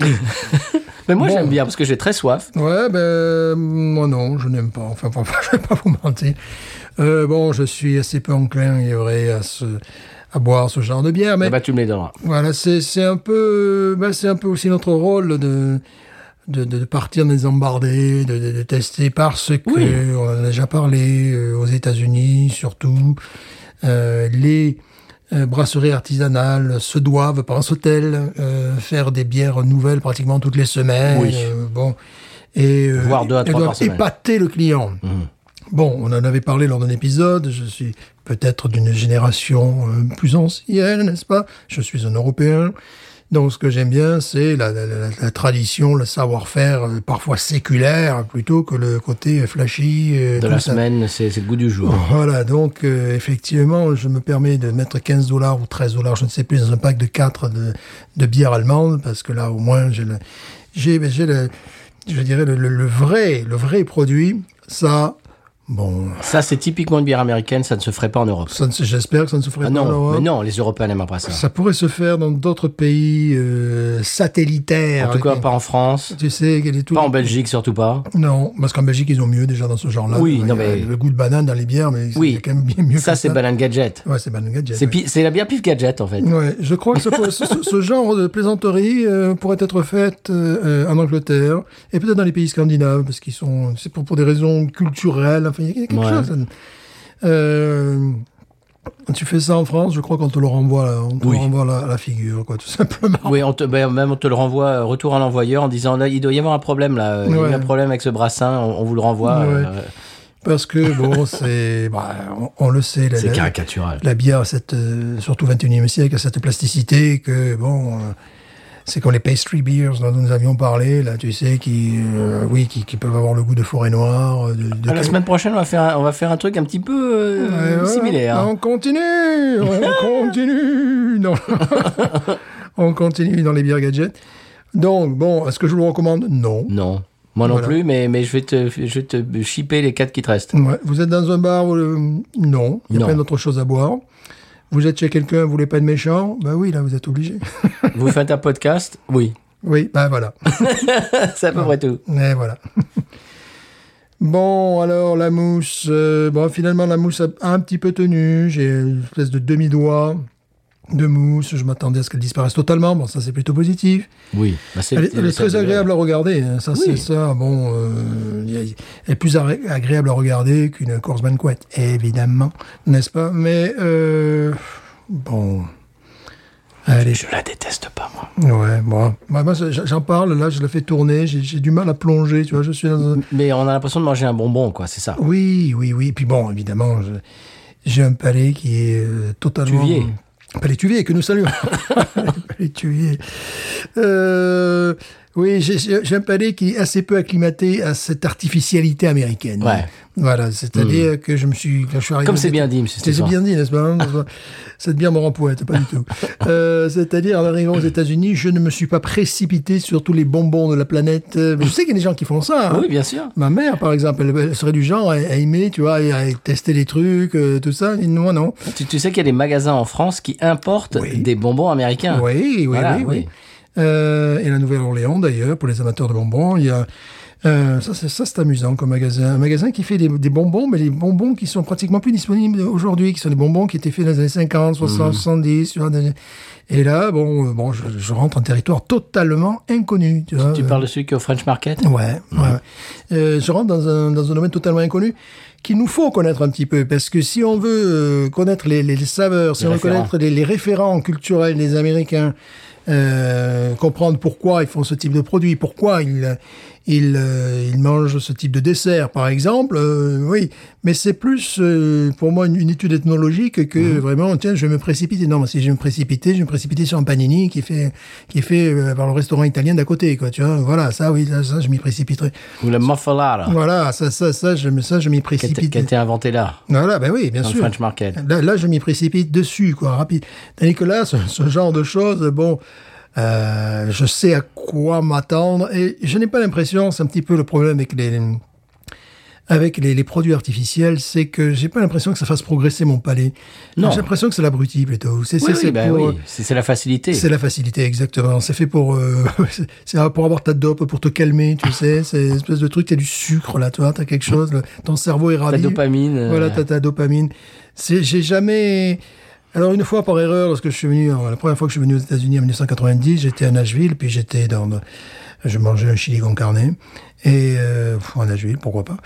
Mais moi, Bon. j'aime bien parce que j'ai très soif. Ouais, ben, moi non, je n'aime pas. Enfin, bon, je vais pas vous mentir. Euh, bon, je suis assez peu enclin, il est vrai, à se, à boire ce genre de bière, mais Eh ben, tu me les donneras. Voilà, c'est c'est un peu, ben, c'est un peu aussi notre rôle de de, de- de partir des embardés, de, de- de tester parce que Oui. on en a déjà parlé euh, aux États-Unis surtout euh, les euh, brasseries artisanales se doivent, pensent-elles, euh, faire des bières nouvelles pratiquement toutes les semaines. Oui. euh, bon, et euh, Voire deux à elles trois par doivent semaine. épater le client. Bon, on en avait parlé lors d'un épisode, je suis peut-être d'une génération euh, plus ancienne, n'est-ce pas Je suis un Européen. Donc ce que j'aime bien, c'est la, la- la- la tradition, le savoir-faire, euh, parfois séculaire, plutôt que le côté flashy. euh, De tout la ça. Oh. semaine, c'est c'est le goût du jour. Voilà, donc euh, effectivement, je me permets de mettre 15 dollars ou 13 dollars, je ne sais plus, dans un pack de 4 de, de bière allemande, parce que là, au moins, j'ai le, j'ai, ben, j'ai le, je dirais le, le- le vrai, le vrai produit. Ça, bon, Ça, c'est typiquement une bière américaine, ça ne se ferait pas en Europe. ça ne se- j'espère que ça ne se ferait Ah pas en non, Europe. mais non, les Européens n'aiment pas ça. Ça pourrait se faire dans d'autres pays euh, satellitaires. En tout cas, pas en France, Tu sais, quel est tout pas en Belgique, surtout pas. Non, parce qu'en Belgique, ils ont mieux déjà dans ce genre-là. Oui, Il y a non, mais- Le goût de banane dans les bières, mais Oui. c'est quand même bien mieux Ça, que c'est Banane Gadget. Ouais, c'est banane gadget. C'est ouais. pi- c'est la bière Pif Gadget, en fait. Ouais, je crois que ce, ce- ce genre de plaisanterie euh, pourrait être faite euh, euh, en Angleterre et peut-être dans les pays scandinaves parce qu'ils sont c'est pour pour des raisons culturelles. Enfin, il y a quelque Ouais. chose. Euh, tu fais ça en France, je crois qu'on te le renvoie, là, on te le Oui. renvoie à la, à la figure, quoi, tout simplement. Oui, on te, ben, même on te le renvoie, euh, retour à l'envoyeur, en disant, là, il doit y avoir un problème, là. Il y a eu Ouais. un problème avec ce brassin, on, on vous le renvoie. Ouais. euh, Parce que bon, c'est, bah, on, on le sait, la, c'est la, caricatural. la bière, a cette, euh, surtout 21e siècle, a cette plasticité que bon. euh, c'est quand les pastry beers dont nous avions parlé, là, tu sais, qui, euh, oui, qui, qui peuvent avoir le goût de forêt noire. euh, De, de- Ah, La semaine prochaine, on va faire un, on va faire un truc un petit peu euh, Ouais, ouais, similaire. On continue, on continue. Non. on continue dans les bières gadgets. Donc, bon, est-ce que je vous le recommande Non. Non, moi non Voilà. plus, mais, mais je vais te je vais te shipper les quatre qui te restent. Ouais, Vous êtes dans un bar, euh, non, il y a Mm. Non. plein d'autres choses à boire. Vous êtes chez quelqu'un, vous voulez pas de méchant Ben oui, là, vous êtes obligé. Vous faites un podcast Oui, oui, ben voilà. c'est à peu près tout. Et voilà. Bon, alors la mousse. euh, bon, finalement, la mousse a un petit peu tenu. J'ai une espèce de demi-doigt de mousse. Je m'attendais à ce qu'elle disparaisse totalement. Bon, ça, c'est plutôt positif. Oui, bah, c'est Elle, est- elle est c'est très agréable à regarder. hein. Ça, c'est ça. Bon, euh, y a- elle est plus arré- agréable à regarder qu'une course banquette, évidemment. N'est-ce pas Mais, euh, bon. Allez, Je la déteste pas moi. ouais, bon. Bah, moi, ça, j'en parle, là, je la fais tourner, j'ai j'ai du mal à plonger, tu vois, je suis dans un- Mais on a l'impression de manger un bonbon, quoi, c'est ça. Oui, oui, oui. Puis bon, évidemment, je- j'ai un palais qui est euh, totalement... Tuvier. Palais Tuvier, que nous saluons. palais Tuvier. Euh, oui, j'ai- j'ai j'ai un palais qui est assez peu acclimaté à cette artificialité américaine. Ouais. Hmm. Voilà, c'est-à-dire que je me suis... quand je suis arrivé Comme c'est au- bien dit, monsieur c'est Stéphane. bien dit, n'est-ce pas hein, n'est-ce pas Cette bière me rend poète, pas du tout. Euh, C'est-à-dire, en arrivant aux États-Unis, je ne me suis pas précipité sur tous les bonbons de la planète. Euh, Je sais qu'il y a des gens qui font ça. hein. Ah Oui, bien sûr. Ma mère, par exemple, elle, elle serait du genre à, à aimer, tu vois, à, à tester les trucs, euh, tout ça. Et moi, non. Tu, tu sais qu'il y a des magasins en France qui importent Oui. des bonbons américains. Oui, oui, Ah. Voilà, oui, oui. oui. Euh, et la Nouvelle-Orléans, d'ailleurs, pour les amateurs de bonbons, il y a. euh, ça, c'est, ça, c'est amusant comme magasin. Un magasin qui fait des, des bonbons, mais des bonbons qui sont pratiquement plus disponibles aujourd'hui, qui sont des bonbons qui étaient faits dans les années 50, 60, 70. tu vois, des- et là, bon, euh, bon je, je rentre en territoire totalement inconnu. Tu, vois, Tu parles de celui qui est au French Market Ouais, ouais. Euh, je rentre dans un, dans un domaine totalement inconnu qu'il nous faut connaître un petit peu, parce que si on veut euh, connaître les, les- les saveurs, si Les on veut référents. connaître les, les référents culturels des Américains, euh, comprendre pourquoi ils font ce type de produit, pourquoi ils, ils, euh, ils mangent ce type de dessert, par exemple, euh, oui, mais c'est plus euh, pour moi une, une étude ethnologique que Mhm. vraiment, tiens, je vais me précipiter. Non, mais si je vais me précipiter, je vais me précipiter sur un panini qui est fait, qui est fait euh, par le restaurant italien d'à côté, quoi, tu vois, voilà, ça, oui, ça, ça, je m'y précipiterai. Ou le Muffalar, Voilà, ça, ça, ça, je, me- ça, je m'y qui, a été- qui a précipite. été inventé là, Voilà, ben oui, bien dans le sûr. French Market. Là, là, je m'y précipite dessus, quoi, rapide. Tandis que là, ce, ce genre de choses, bon, euh, je sais à quoi m'attendre et je n'ai pas l'impression, c'est un petit peu le problème avec les, avec les, les produits artificiels, c'est que j'ai pas l'impression que ça fasse progresser mon palais. Non. J'ai l'impression que ça l'abrutit plutôt. C'est Oui, c'est- oui, c'est ben pour, euh, oui. c'est c'est la facilité. c'est la facilité, exactement. C'est fait pour, euh, c'est- c'est pour avoir ta dope, pour te calmer, Ah. tu sais. C'est une espèce de truc, t'as du sucre là, toi, t'as quelque chose, le- ton cerveau est Ta ravi. dopamine. euh, Voilà, t'as ta dopamine. C'est, j'ai jamais. Alors une fois par erreur, lorsque je suis venu, alors, la première fois que je suis venu aux États-Unis en 1990, j'étais à Nashville, puis j'étais dans, le- je mangeais un chili con carne et euh, pff, à Nashville, pourquoi pas.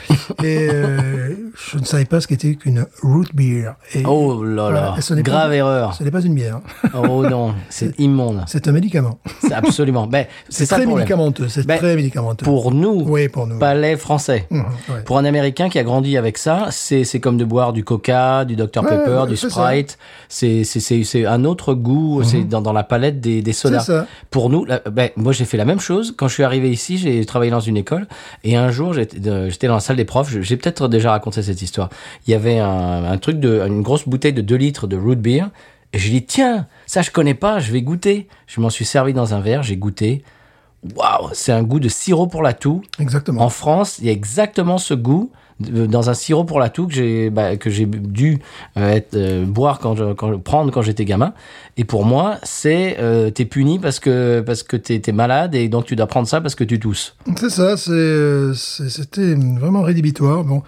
Et euh, je ne savais pas ce qu'était qu'une root beer. Et, Oh là là, Voilà, ce n'est pas- grave erreur. Ce n'est pas une bière, Oh non, c'est immonde. c'est un médicament. C'est absolument. Ben, c'est C'est ça le très problème. médicamenteux. C'est Ben, très médicamenteux. Pour nous, oui, pour nous. palais français. Mhm, ouais. Pour un Américain qui a grandi avec ça, c'est c'est comme de boire du Coca, du Dr Ouais, Pepper, ouais, du c'est ça. Mhm. Sprite. C'est c'est- c'est- c'est un autre goût, c'est dans, dans la palette des, des sodas. C'est ça. Pour nous, là, ben, moi j'ai fait la même chose. Quand je suis arrivé ici, j'ai travaillé dans une école et un jour j'étais euh, j'étais dans la salle des profs. Je- J'ai peut-être déjà raconté cette histoire. Il y avait un, un truc de une grosse bouteille de 2 litres de root beer et j'ai dit tiens ça je connais pas, je vais goûter. Je m'en suis servi dans un verre, j'ai goûté. Waouh, c'est un goût de sirop pour la toux. Exactement. En France, il y a exactement ce goût euh, dans un sirop pour la toux que j'ai bah, que j'ai dû euh, être, euh, boire quand je, quand je- prendre quand j'étais gamin et pour moi c'est euh, t'es puni parce que parce que t'es t'es malade et donc tu dois prendre ça parce que tu tousses C'est ça, c'est, euh, c'est- c'était vraiment rédhibitoire. Bon,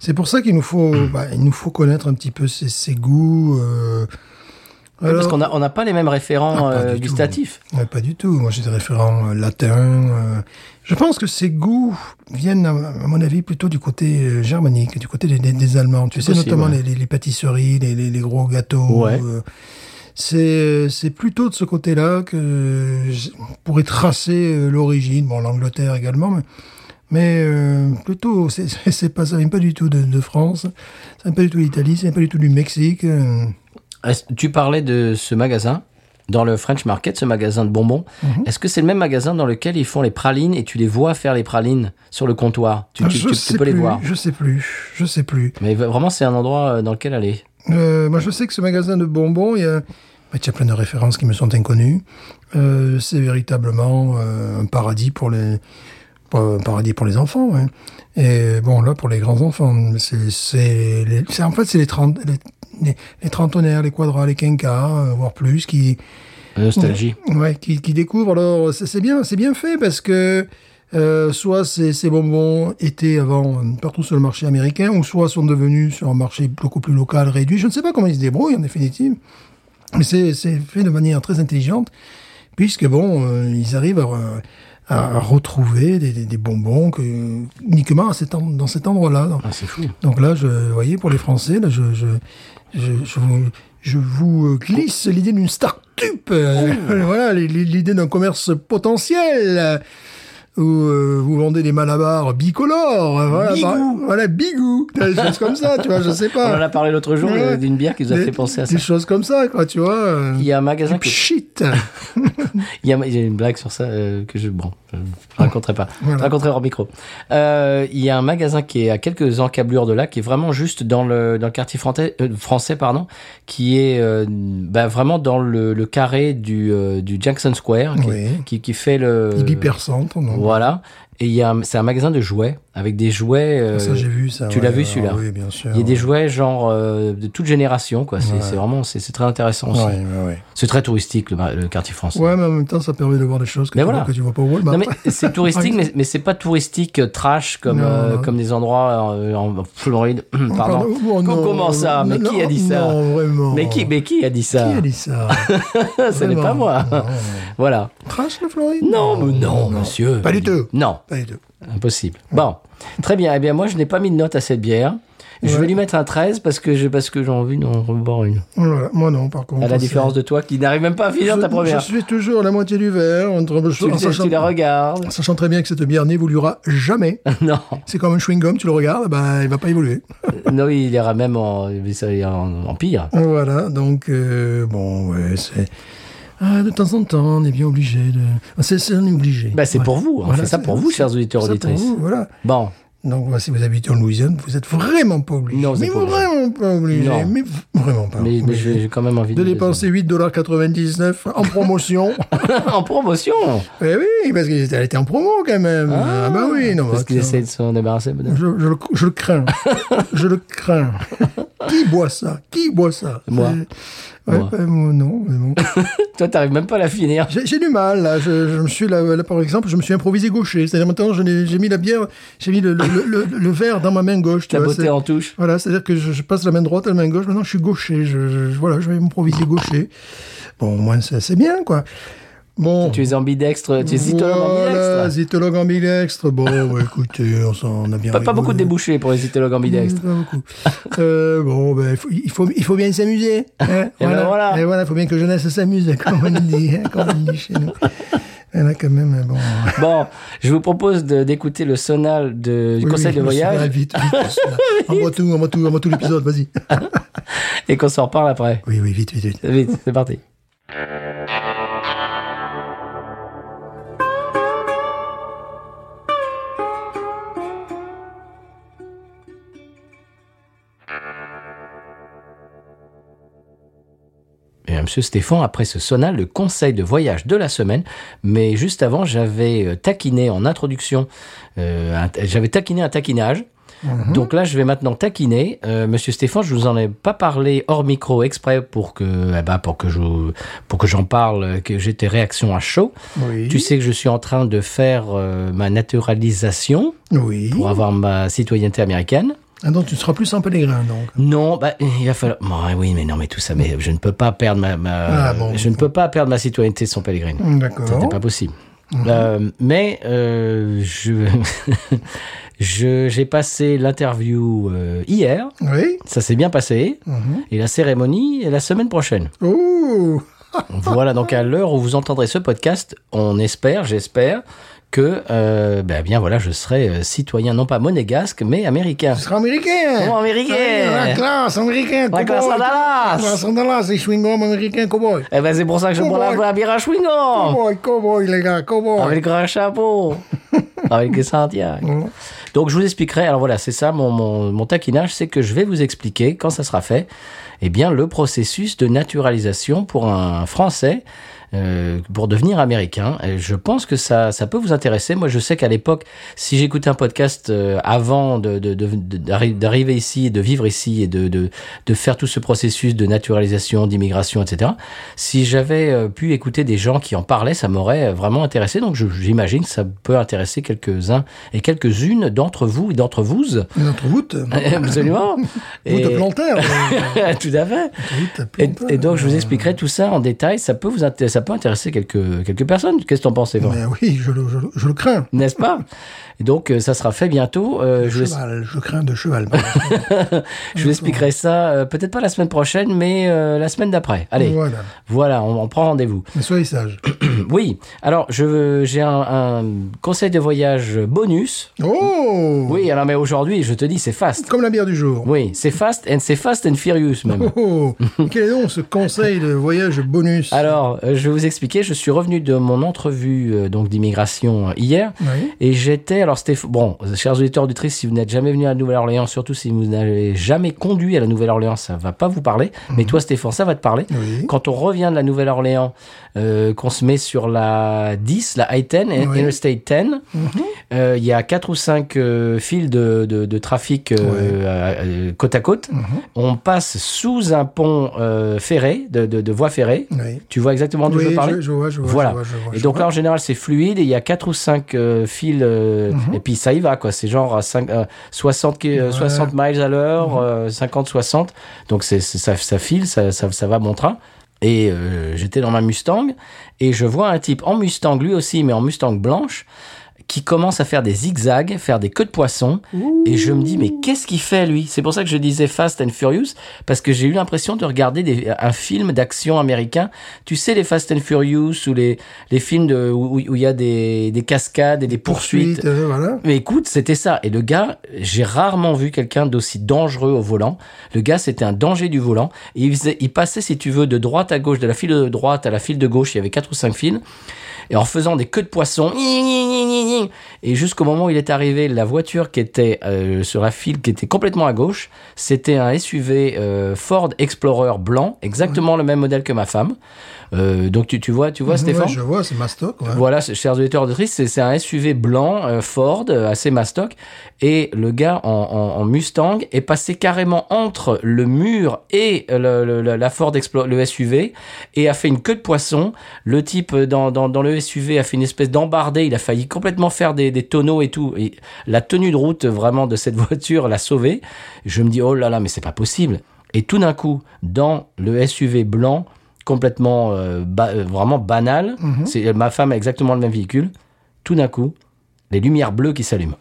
c'est pour ça qu'il nous faut, bah, il nous faut connaître un petit peu ses, ses goûts. euh, parce alors- qu'on a on n'a pas les mêmes référents Ah, pas euh, du tout. gustatifs Ouais, pas du tout. Moi, j'ai des référents euh, latins. euh, je pense que ces goûts viennent, à, à mon avis, plutôt du côté euh, germanique, du côté des, des- des Allemands. Tu sais, possible, notamment ouais. les, les- les pâtisseries, les, les- les gros gâteaux. Ouais. euh, c'est euh, c'est plutôt de ce côté-là que euh, je pourrais tracer euh, l'origine. Bon, l'Angleterre également, mais, mais, euh, plutôt, c'est- c'est c'est pas, ça vient pas du tout de, de France, ça vient pas du tout d'Italie, ça vient pas du tout du Mexique. euh. Est-ce- tu parlais de ce magasin dans le French Market, ce magasin de bonbons. Mhm. Est-ce que c'est le même magasin dans lequel ils font les pralines et tu les vois faire les pralines sur le comptoir Tu, Ah, tu- je tu- tu sais peux les plus, voir. Je sais plus, je sais plus. Mais vraiment, c'est un endroit euh, dans lequel aller. Euh, moi, je sais que ce magasin de bonbons, il y a, bah, il y a plein de références qui me sont inconnues. Euh, c'est véritablement euh, un paradis pour les pour- un paradis pour les enfants. ouais. Et bon, là, pour les grands enfants, c'est c'est les- c'est- en fait c'est les, trente- les, les, les trentenaires, les quadras, les quinquas, euh, voire plus, qui Euh, Nostalgie. Ouais, qui, qui découvre. Alors, c'est c'est bien, c'est bien fait parce que euh, soit ces, ces bonbons étaient avant euh, partout sur le marché américain, ou soit sont devenus sur un marché beaucoup plus local, réduit. Je ne sais pas comment ils se débrouillent en définitive, mais c'est c'est fait de manière très intelligente, puisque bon, euh, ils arrivent à, re- à retrouver des, des- des bonbons que, uniquement à cet en- dans cet endroit-là. Donc, Ah, c'est fou. donc là, je, vous voyez, pour les Français, là, je, je, je, je vous, je vous euh, glisse l'idée d'une start-up. euh, Oh. voilà, l- l- l'idée d'un commerce potentiel. euh, Où euh, vous vendez des malabars bicolores, euh, voilà, Bigou. bah, voilà, bigou, des choses comme ça, tu vois, je sais On en pas, a parlé l'autre jour Ouais. euh, d'une bière qui nous a des, fait penser à ça. Ah. des choses comme ça, quoi, tu vois, euh, Il y a un magasin que shit, Il y, a, il y a une blague sur ça euh, que je bon, je raconterai pas. Voilà. Je raconterai hors micro. Euh, il y a un magasin qui est à quelques encablures de là, qui est vraiment juste dans le dans le quartier français, euh, français pardon, qui est euh, bah, vraiment dans le, le carré du euh, du Jackson Square, qui, Oui. qui, qui fait le l'hypercentre, non, voilà. Et il y a un- c'est un magasin de jouets avec des jouets. euh, Ah, ça j'ai vu ça, tu l'as ouais, vu, celui-là oui, bien sûr, il y a des jouets genre euh, de toute génération quoi. C'est c'est vraiment c'est c'est très intéressant. aussi. ouais, ouais, ouais. C'est très touristique le, ma- le quartier français. Ouais, bah mais en même temps, ça permet de voir des choses que, Mais tu, voilà. vois, que tu vois pas au Non, Walmart. mais c'est touristique, mais, mais c'est pas touristique euh, trash comme, Non, euh, non. comme des endroits euh, en, en Floride. Pardon. oh, non, Comment ça Mais non, qui a dit ça Non, vraiment. mais, qui, mais qui a dit Qui ça a dit ça Ce n'est Vraiment. pas moi. Non. Voilà. Trash le Floride Non, mais non, monsieur. Pas du tout. Non, Pas du tout. impossible. Bon, très bien. Eh bien, moi, je n'ai pas mis de note à cette bière. Je vais Ouais. lui mettre un 13 parce que j'ai parce que j'ai envie d'en reboire une. Voilà. Moi non, par contre. À la différence de toi qui n'arrive même pas à c'est- finir ta première. Je suis toujours à la moitié du verre, entre, Tu, le en sais, tu sachant, la regardes. en sachant très bien que cette bière n'évoluera jamais. non, C'est comme un chewing-gum, tu le regardes, bah, il va pas évoluer. non, il ira même en, ça ira en, en pire. Voilà, donc, euh, bon, ouais, c'est... Ah, de temps en temps, on est bien obligé de... Ah, C'est c'est un obligé. Bah, c'est Ouais. pour vous. On Voilà, fait ça c'est- pour vous, c'est- chers auditeurs c'est ça pour auditrices. vous, Voilà. Bon, Donc, moi, si vous habitez en Louisiane, vous êtes vraiment pas obligé. Non, vous mais êtes pas obligé. vraiment pas obligé. Non. Mais v- vraiment pas mais, mais obligé. j'ai j'ai quand même envie De le- dépenser 8,99$ en promotion. en promotion. Eh oui, parce qu'elle était en promo quand même. Ah, bah oui, non. Parce bah, qu'il tiens. essaie de s'en débarrasser. je, peut-être. je, le, je le crains. je le crains. Qui boit ça Qui boit ça Moi. C'est- Ouais, Moi. bah, moi, non, mais bon. Toi, t'arrives même pas à la finir. J'ai j'ai du mal, là. Je, je me suis, là, là, par exemple, je me suis improvisé gaucher. C'est-à-dire, maintenant, je n'ai- j'ai mis la bière, j'ai mis le, le, le- le- le verre dans ma main gauche. tu Ta vois, beauté c'est- en touche. Voilà, c'est-à-dire que je, je passe la main droite à la main gauche. Maintenant, je suis gaucher. Je, je- je- voilà, je vais m'improviser gaucher. Bon, au moins, c'est c'est bien, quoi. Bon. Tu es ambidextre. Tu es cytologue Voilà, ambidextre. zytologue ambidextre. Bon, bah, écoutez, on s'en a bien Pas, pas rigolé. Hmm, beaucoup de débouchés pour les cytologues ambidextres. Pas beaucoup. Euh, bon, ben, il faut- il, faut, il faut bien s'amuser. hein, Eh ben voilà. Et voilà, il faut bien que jeunesse s'amuse, comme on dit, hein, comme on dit chez nous. Elle a quand même, bon... Bon, je vous propose de- d'écouter le sonal de- du oui, conseil oui, de je me souviens, voyage Vite, vite, envoie tout, envoie tout, envoie tout l'épisode, vas-y. et qu'on s'en reparle après. Oui, oui, vite, vite, vite. Vite, c'est parti. euh, Et à Monsieur Stéphane, après ce sonal, le conseil de voyage de la semaine. Mais juste avant, j'avais euh, taquiné en introduction, euh, un- j'avais taquiné un taquinage. Mhm. Donc là, je vais maintenant taquiner. Euh, Monsieur Stéphane, je vous en ai pas parlé hors micro exprès pour que, eh ben, pour que je, pour que j'en parle, euh, que j'ai tes réactions à chaud. Oui, Tu sais que je suis en train de faire euh, ma naturalisation oui. pour avoir ma citoyenneté américaine. Ah non, tu ne seras plus sans pèlerin, donc. Non, bah, il va falloir. Bon, ah oui, mais non, mais tout ça, mais je ne peux pas perdre ma, ma- Ah, bon. Ah je ne peux pas perdre ma citoyenneté sans Pellegrin. C'était Hmm, D'accord. pas possible. Mmh. Euh, mais euh, je, je, j'ai passé l'interview euh, hier. Oui. Ça s'est bien passé. Et la cérémonie est la semaine prochaine. Oh voilà, donc à l'heure où vous entendrez ce podcast, on espère, j'espère, que euh, ben bien voilà, je serai euh, citoyen non pas monégasque mais américain. Tu seras américain. Oh, américain. La classe, américain. La cowboy. classe à Dallas. La classe à Dallas, les chewing-gums américains, cowboy. Eh ben c'est pour ça que je Oh, prends la, ouais. la bière à chewing-gum Cowboy, cowboy, les gars, cowboy. avec un chapeau. Avec des Santiago. Donc, je vous expliquerai. Alors voilà, c'est ça mon, mon, mon taquinage, c'est que je vais vous expliquer, quand ça sera fait, eh bien, le processus de naturalisation pour un Français euh, pour devenir américain. Et je pense que ça, ça peut vous intéresser. Moi, je sais qu'à l'époque, si j'écoutais un podcast euh, avant de- de- de- de- d'arri- d'arriver ici et de vivre ici et de, de, de faire tout ce processus de naturalisation, d'immigration, etc., si j'avais euh, pu écouter des gens qui en parlaient, ça m'aurait euh, vraiment intéressé. Donc, je- j'imagine que ça peut intéresser quelques-uns et quelques-unes d'entre vous et d'entre vous. Notre route. Absolument. Route Et- plantaire. tout à fait. Route Et, plantaire. et donc, je vous expliquerai tout ça en détail. Ça peut vous intéresser, ça peut intéresser quelques, quelques personnes. Qu'est-ce que t'en penses, Evan Mais oui, je le, je le- je le crains. N'est-ce pas Et Donc, euh, ça sera fait bientôt. Euh, je, vous, Cheval, je crains de cheval. je vous expliquerai ça, euh, peut-être pas la semaine prochaine, mais euh, la semaine d'après. Allez, Voilà. voilà, on, on prend rendez-vous. Mais soyez sages. oui, alors, je j'ai un, un conseil de voyage bonus. Oh Oui, alors, mais aujourd'hui, je te dis, c'est fast. Comme la bière du jour. Oui, c'est fast, and c'est fast and furious, même. Oh, quel est donc ce conseil de voyage bonus Alors, euh, je vais vous expliquer. Je suis revenu de mon entrevue euh, donc d'immigration euh, hier. Oui. Et j'étais, alors c'était, bon, euh, chers auditeurs auditrices, si vous n'êtes jamais venu à la Nouvelle-Orléans, surtout si vous n'avez jamais conduit à la Nouvelle-Orléans, ça va pas vous parler. Mais toi, Stéphane, ça va te parler. Oui. Quand on revient de la Nouvelle-Orléans, euh, qu'on se met sur la 10, la I-10, et- Oui. Mhm. Interstate 10, euh, il y a quatre ou cinq euh, fils de, de, de trafic euh, euh, côte à côte. Mhm. On passe sous un pont euh, ferré, de, de, de voie ferrée. Oui. Tu vois exactement d'où Oui, je veux parler je, je vois, je vois, Voilà. je vois, je vois, et je donc là, vois. en général, c'est fluide et il y a quatre ou cinq euh, fils euh, et puis ça y va, quoi. C'est genre à cinq- euh, 60, ki- euh, Mhm. Ouais. Mhm. 60 miles à l'heure, euh, 50, 60. Donc c'est c'est- ça, ça file, ça, ça, ça va mon train. Et euh, j'étais dans ma Mustang et je vois un type en Mustang, lui aussi, mais en Mustang blanche, qui commence à faire des zigzags, faire des queues de poisson. Et je me dis, mais qu'est-ce qu'il fait lui C'est pour ça que je disais Fast and Furious, parce que j'ai eu l'impression de regarder des- un film d'action américain. Tu sais, les Fast and Furious ou les, les films de, où où il y a des, des cascades et des poursuites. euh, voilà. Mais écoute, c'était ça. Et le gars, j'ai rarement vu quelqu'un d'aussi dangereux au volant. Le gars, c'était un danger du volant. Et il, faisait- il passait, si tu veux, de droite à gauche, de la file de droite à la file de gauche. Il y avait quatre ou cinq files. Et en faisant des queues de poisson. Et jusqu'au moment où il est arrivé, la voiture qui était euh, sur la file, qui était complètement à gauche, c'était un SUV euh, Ford Explorer blanc, exactement le même modèle que ma femme. Euh, donc tu, tu vois, tu vois, Stéphane Mhm, Ouais, je vois, c'est Mastoc. Ouais. voilà, c'est- chers auditeurs auditrices, c'est- c'est un SUV blanc euh, Ford, euh, assez mastoc, et le gars en, en- en Mustang est passé carrément entre le mur et le, le- le- la Ford Explo- le SUV, et a fait une queue de poisson. Le type euh, dans, dans- dans le SUV a fait une espèce d'embardée, il a failli complètement faire des, des tonneaux et tout. Et la tenue de route euh, vraiment de cette voiture l'a sauvé. Je me dis, oh là là, mais c'est pas possible. Et tout d'un coup, dans le SUV blanc, complètement euh, ba- euh, vraiment banal. C'est euh, ma femme a exactement le même véhicule. Tout d'un coup, les lumières bleues qui s'allument.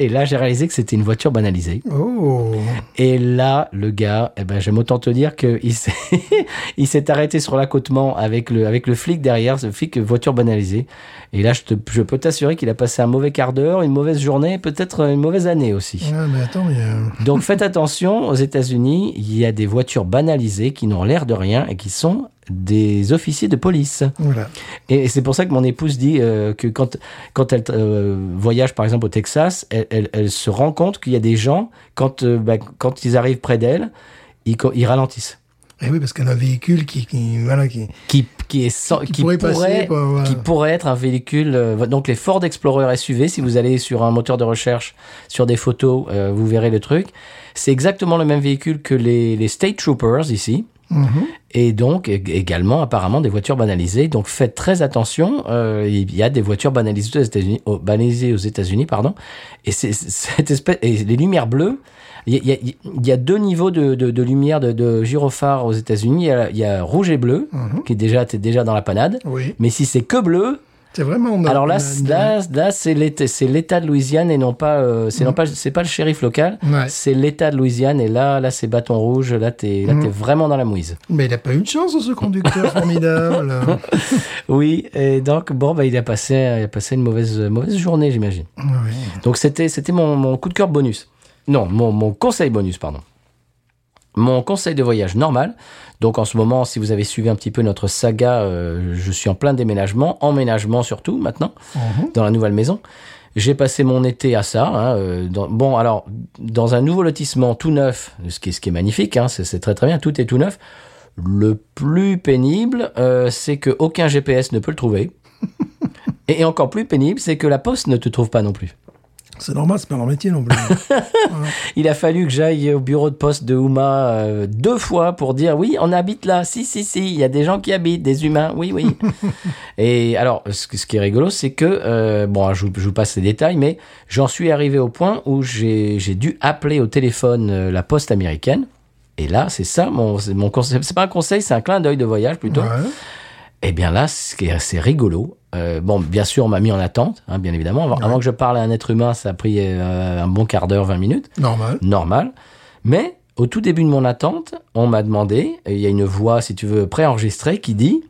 Et là, j'ai réalisé que c'était une voiture banalisée. Oh, Et là, le gars, eh ben, j'aime autant te dire qu'il s'est, il s'est arrêté sur l'accotement avec le, avec le flic derrière, ce flic voiture banalisée. Et là, je, te- je peux t'assurer qu'il a passé un mauvais quart d'heure, une mauvaise journée, peut-être une mauvaise année aussi. ah, mais attends, il y a... Donc faites attention, aux États-Unis, il y a des voitures banalisées qui n'ont l'air de rien et qui sont des officiers de police. voilà. Et c'est pour ça que mon épouse dit euh, que quand, quand elle euh, voyage par exemple au Texas, elle, elle- elle se rend compte qu'il y a des gens, quand, euh, bah, quand ils arrivent près d'elle, ils, co- ils ralentissent. Et Eh oui, parce qu'elle a un véhicule qui, qui voilà, qui. Qui, qui, est sans- qui, pourrait pourrait, passer, quoi, voilà. qui pourrait être un véhicule. euh, donc les Ford Explorer SUV, si vous allez sur un moteur de recherche, sur des photos, euh, vous verrez le truc. C'est exactement le même véhicule que les, les State Troopers ici. Mhm. Et donc ég- également apparemment des voitures banalisées. Donc faites très attention. euh, il y a des voitures banalisées aux États-Unis, aux- banalisées aux États-Unis, pardon. Et c'est c'est- cette espèce et les lumières bleues. Il y a, il y a- il y a deux niveaux de, de, de lumière de, de gyrophare aux États-Unis. Il y a, il y a rouge et bleu qui est déjà t'es déjà dans la panade. Oui. Mais si c'est que bleu, C'est vraiment. on a- Alors on là, a c- une- là, là, c'est l'État, c'est l'État de Louisiane et non pas, euh, c'est non pas, c'est pas le shérif local, Ouais. c'est l'État de Louisiane et là, là, c'est bâton rouge, là, t'es, là, t'es vraiment dans la mouise. Mais il n'a pas eu de chance, ce conducteur formidable. Oui, et donc bon, bah, il a passé, il a passé une mauvaise, mauvaise journée, j'imagine. Oui. Donc c'était, c'était mon, mon coup de cœur bonus. Non, mon, mon conseil bonus, pardon. Mon conseil de voyage normal. Donc en ce moment, si vous avez suivi un petit peu notre saga, euh, je suis en plein déménagement, emménagement surtout maintenant, Mhm. dans la nouvelle maison. J'ai passé mon été à ça. hein, euh, dans- bon, alors dans un nouveau lotissement tout neuf, ce qui, est- ce qui est magnifique, hein, c'est c'est très très bien, tout est tout neuf. Le plus pénible, euh, c'est que aucun GPS ne peut le trouver. Et encore plus pénible, c'est que la poste ne te trouve pas non plus. C'est normal, c'est pas leur métier non plus. Il a fallu que j'aille au bureau de poste de Houma euh, deux fois pour dire oui, on habite là. Si, si, si, il y a des gens qui habitent, des humains. Oui, oui. Et alors, ce, ce qui est rigolo, c'est que, euh, bon, je, vous- je vous passe les détails, mais j'en suis arrivé au point où j'ai j'ai dû appeler au téléphone euh, la poste américaine. Et là, c'est ça mon, c'est mon conseil. C'est pas un conseil, c'est un clin d'œil de voyage plutôt. Ouais. Eh bien là, ce qui est assez rigolo, euh, bon, bien sûr, on m'a mis en attente, hein, bien évidemment. Avant, avant que je parle à un être humain, ça a pris euh, un bon quart d'heure, 20 minutes, Normal. normal. Mais au tout début de mon attente, on m'a demandé, et il y a une voix, si tu veux, préenregistrée qui dit,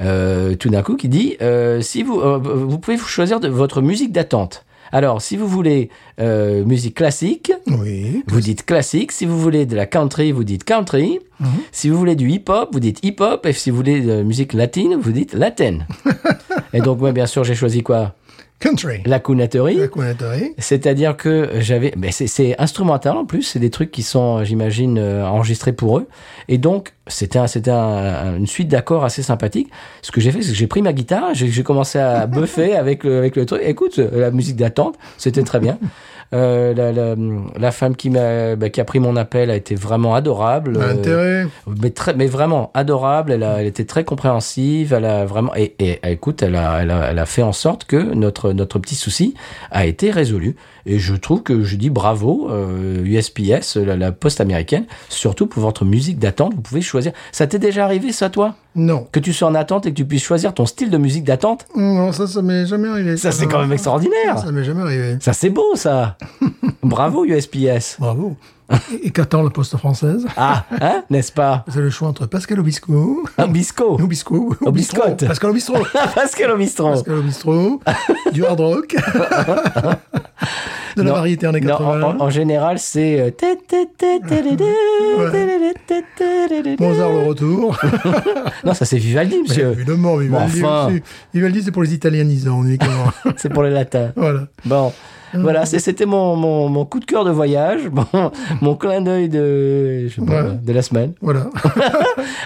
euh, tout d'un coup, qui dit, euh, si vous, euh, vous pouvez vous choisir de votre musique d'attente. Alors, si vous voulez euh, musique classique, Oui. vous dites classique. Si vous voulez de la country, vous dites country. Si vous voulez du hip-hop, vous dites hip-hop. Et si vous voulez de la musique latine, vous dites latine. et donc, moi, bien sûr, j'ai choisi quoi Country. La cunatory. La Conatari. C'est-à-dire que j'avais, mais c'est- c'est instrumental en plus, c'est des trucs qui sont, j'imagine, euh, enregistrés pour eux. Et donc, c'était un- c'était un- une suite d'accords assez sympathique. Ce que j'ai fait, c'est que j'ai pris ma guitare, j'ai j'ai commencé à buffer avec le, avec le truc. Écoute, euh, la musique d'attente, c'était très bien. Euh, la, la- la femme qui m'a, bah, qui a pris mon appel a été vraiment adorable. Pas Euh, Intérêt. mais, très, mais vraiment adorable. Elle, a- elle était très compréhensive. Elle a vraiment et, et et écoute, elle a, elle, a, elle a fait en sorte que notre notre petit souci a été résolu. Et je trouve que je dis bravo euh, USPS, la, la poste américaine, surtout pour votre musique d'attente. Vous pouvez choisir. Ça t'est déjà arrivé ça, toi, Non. que tu sois en attente et que tu puisses choisir ton style de musique d'attente Non, ça, ça m'est jamais arrivé. Ça, c'est quand même extraordinaire. Ça m'est jamais arrivé. Ça c'est beau, ça. bravo USPS. Bravo. Et, et qu'attend la poste française Ah, hein, n'est-ce pas, C'est le choix entre Pascal Obisco. un bisco. Obisco. Obiscotte. Obisco. Pascal Obisco. Pascal Omistron. Pascal Obisco. du hard rock. de la Non, variété années non, 80. en, en général, c'est. euh, té, té, té, té, té, té, té, té, té, té, té, té. Mozart le retour. Non, ça c'est Vivaldi, Oh, monsieur. Évidemment, Vivaldi Bon, enfin. aussi. Vivaldi, c'est pour les italianisants uniquement. C'est pour les latins. voilà. Bon, Euh. voilà, c'est- c'était mon, mon, mon coup de cœur de voyage, bon, mon clin d'œil de, je sais pas, Ouais. de la semaine. Voilà.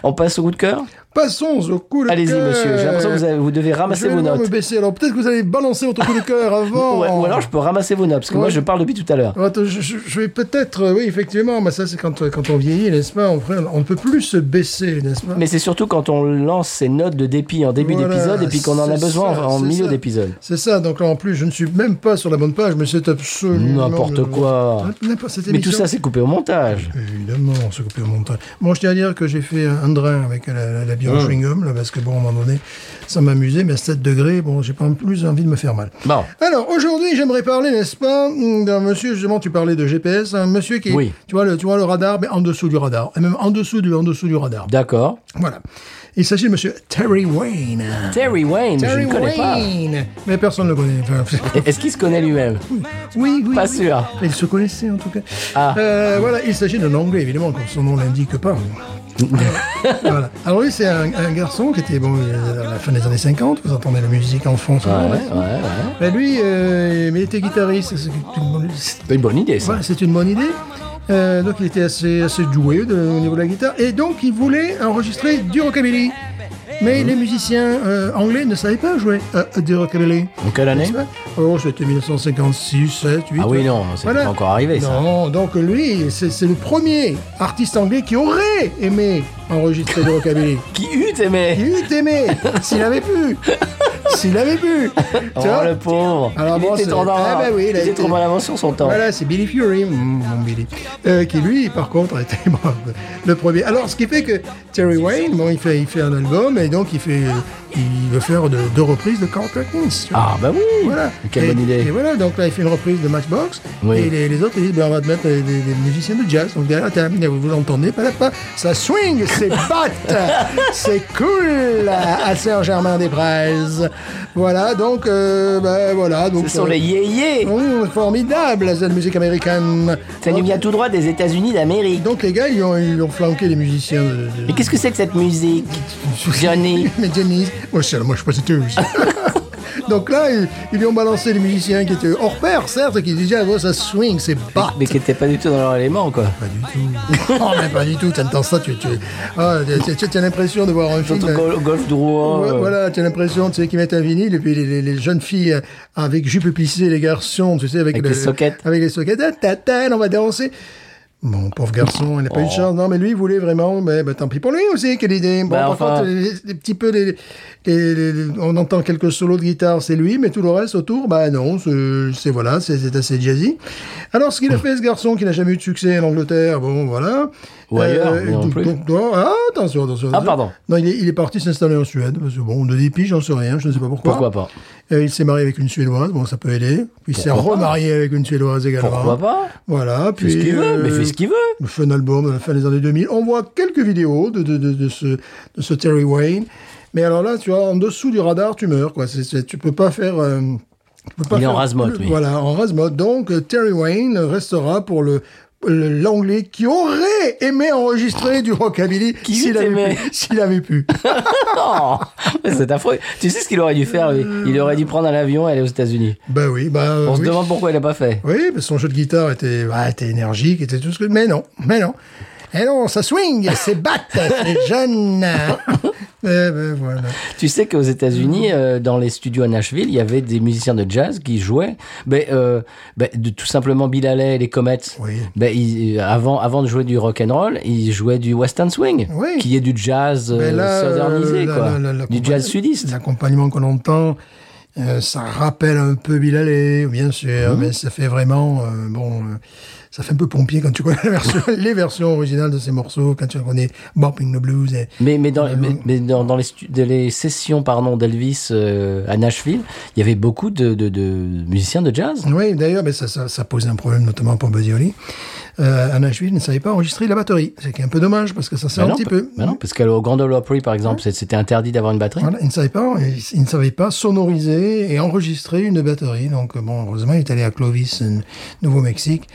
On passe au coup de cœur Passons au coup de Allez-y, cœur. monsieur, j'ai l'impression que vous, avez- vous devez Je ramasser vais vos devoir notes. me baisser. Alors peut-être que vous allez balancer votre coup de cœur avant. Ou, ou alors je peux ramasser vos notes, parce que moi Ouais. je parle depuis tout à l'heure. Attends, je, je- je vais peut-être, euh, oui, effectivement, mais ça c'est quand, euh, quand on vieillit, n'est-ce pas on, prend- on ne peut plus se baisser, n'est-ce pas Mais c'est surtout quand on lance ces notes de dépit en début Voilà, d'épisode et puis qu'on en a c'est besoin ça, en c'est milieu ça. d'épisode. C'est ça, donc là en plus, je ne suis même pas sur la bonne page, mais c'est absolument. N'importe quoi. N'importe cette Mais tout émission- ça c'est coupé au montage. Évidemment, on se coupe au montage. Bon, je tiens à dire que j'ai fait un drain avec la, la, la bière au Mmh. chewing-gum, là, parce que bon, à un moment donné, ça m'amusait, mais à 7 degrés, bon, j'ai pas en plus envie de me faire mal. Bon. Alors, aujourd'hui, j'aimerais parler, n'est-ce pas, d'un monsieur, justement, tu parlais de GPS, un monsieur qui, Oui. tu, vois, le, tu vois, le radar, mais en dessous du radar, et même en dessous du, en dessous du radar. D'accord. Voilà. Il s'agit de monsieur Terry Wayne. Terry Wayne, je ne connais Mais personne ne le connaît. Enfin, pas. Est-ce qu'il se connaît lui-même oui, oui. Pas oui. sûr. Ils se connaissaient en tout cas. Ah. Euh, voilà, il s'agit d'un Anglais évidemment, comme son nom l'indique pas. voilà. Alors lui, c'est un, un garçon qui était bon euh, à la fin des années 50. Vous entendez la musique en fond. souvent, Ah, Ouais, ouais. ouais, ouais. Ben, lui, euh, mais il était guitariste. c'est- c'est une bonne- c'est- C'est une bonne idée, ça. voilà, C'est une bonne idée. Euh, donc il était assez, assez doué de- au niveau de la guitare et donc il voulait enregistrer du rockabilly. Mais les musiciens euh, anglais ne savaient pas jouer à- à du rockabilly. En quelle année Oh, c'était 1956, 7, 8. Ah oui, non, c'était pas encore arrivé, ça. Non, donc lui, c'est c'est le premier artiste anglais qui aurait aimé enregistrer du rockabilly. Qui eut aimé Il eût aimé, s'il avait pu. S'il avait pu Oh, Tu vois le pauvre Alors Il bon, était c'est- trop dans Ah, bah oui, il il a était été- trop mal avant sur son temps. Voilà, c'est Billy Fury, mon- mon Billy, Euh, qui lui, par contre, était bon, le premier. Alors, ce qui fait que Terry Wayne, bon, il fait, il fait un album et donc il fait, il veut faire de- deux reprises de Carl Perkins. tu vois. Ah bah oui Voilà. Quelle et, bonne idée Et voilà, donc là, il fait une reprise de Matchbox. Oui. Et les, les autres, ils disent, ben, on va te mettre euh, des, des musiciens de jazz. Donc derrière, t'as- vous, vous l'entendez, pas, ça swing, c'est hot, c'est cool à Saint-Germain-des-Prés. Voilà, donc, euh, ben voilà. Donc, Ce sont euh, les yéyés Mmh, formidable, la musique américaine. Ça nous vient tout droit des États-Unis d'Amérique. Donc les gars, ils ont, ils ont flanqué les musiciens de... de- Mais qu'est-ce que c'est que cette musique Johnny Mais Johnny, moi, c'est- moi je passe tous. Donc là, ils, ils lui ont balancé les musiciens qui étaient hors pair, certes, qui disaient, ah, ouais, ça swing, c'est bat. Mais qui n'était pas du tout dans leur élément, quoi. Pas du tout. non, mais pas du tout, t'entends ça, tu, tu ah, tu- tu- tu as l'impression de voir un film... Surtout Gol- Golf Drouin. Ouais, euh, Voilà, tu as l'impression, tu sais, qu'ils mettent un vinyle, et puis les, les- les jeunes filles euh, avec jupe plissée, les garçons, tu sais, avec, Avec le- les sockets. Avec les sockets, Ah, ta, ta, on va danser. Bon, pauvre garçon, il n'a pas eu Oh. de chance. Non, mais lui, il voulait vraiment, mais bah, tant pis pour lui aussi, quelle idée. Bon, Bah, par enfin. contre, les, les petits peu, les- les- les- les- on entend quelques solos de guitare, c'est lui, mais tout le reste autour, bah non, c'est c'est- voilà, c'est c'est assez jazzy. Alors, ce qu'il a fait, ce garçon qui n'a jamais eu de succès en Angleterre, bon, voilà. Euh, Ou ailleurs, mais non donc- plus. donc, non, ah, attention, attention. Ah, attention. pardon. Non, il est, il est parti s'installer en Suède, parce que bon, de dépit, j'en sais rien, je ne sais pas pourquoi. Pourquoi pas Euh, il s'est marié avec une Suédoise, bon, ça peut aider. Puis il s'est Pourquoi pas remarié avec une Suédoise également. Pourquoi pas Voilà, Fais puis... ce qu'il veut, mais euh, fais ce qu'il veut le fun album de la fin des années 2000. On voit quelques vidéos de, de, de, de ce, de ce Terry Wayne. Mais alors là, tu vois, en dessous du radar, tu meurs. Quoi. C'est- c'est- tu peux pas faire... euh, tu peux pas Il est en faire rase-motte, plus- lui. Voilà, en rase-motte. Donc, euh, Terry Wayne restera pour le le- l'anglais qui aurait aimait enregistrer du rockabilly Qui s'il eût avait, aimé. pu, s'il avait pu. Non C'est affreux Tu sais ce qu'il aurait dû faire, lui Il aurait dû prendre un avion et aller aux États-Unis. Ben oui, ben On se oui. demande pourquoi il n'a pas fait. Oui, parce que son jeu de guitare était, bah, était énergique, était tout ce que. Mais non, mais non. Et non, ça swing, c'est bat, c'est jeune. Eh ben voilà. Tu sais qu'aux États-Unis, Mhm. euh, dans les studios à Nashville, il y avait des musiciens de jazz qui jouaient. Ben, euh, ben, de, tout simplement Bill Haley et les Comets. Oui. Ben, ils- avant, avant de jouer du rock and roll, ils jouaient du western swing, Oui. qui est du jazz euh, Mais là, euh, southernisé, la- quoi, la- la- la- du jazz sudiste. L'accompagnement qu'on entend, euh, ça rappelle un peu Bill Haley, bien sûr, Mmh. mais ça fait vraiment, euh, bon, euh, ça fait un peu pompier quand tu connais la version- les versions originales de ces morceaux, quand tu connais Bumping the Blues. Et... Mais, mais, dans, mais, mais dans, dans les, stu- de- les sessions pardon d'Elvis euh, à Nashville, il y avait beaucoup de, de, de musiciens de jazz. Oui, d'ailleurs, mais ça, ça, ça posait un problème notamment pour Buddy Holly. Euh, à Nashville, il ne savait pas enregistrer la batterie, ce qui est un peu dommage parce que ça sert Ben un non, petit pa- peu. ben non, parce qu'au Grand Ole Opry, par exemple, c'est- c'était interdit d'avoir une batterie. Voilà, il ne savait pas, il, il ne savait pas sonoriser et enregistrer une batterie. Donc euh, bon, heureusement, il est allé à Clovis, euh, Nouveau-Mexique,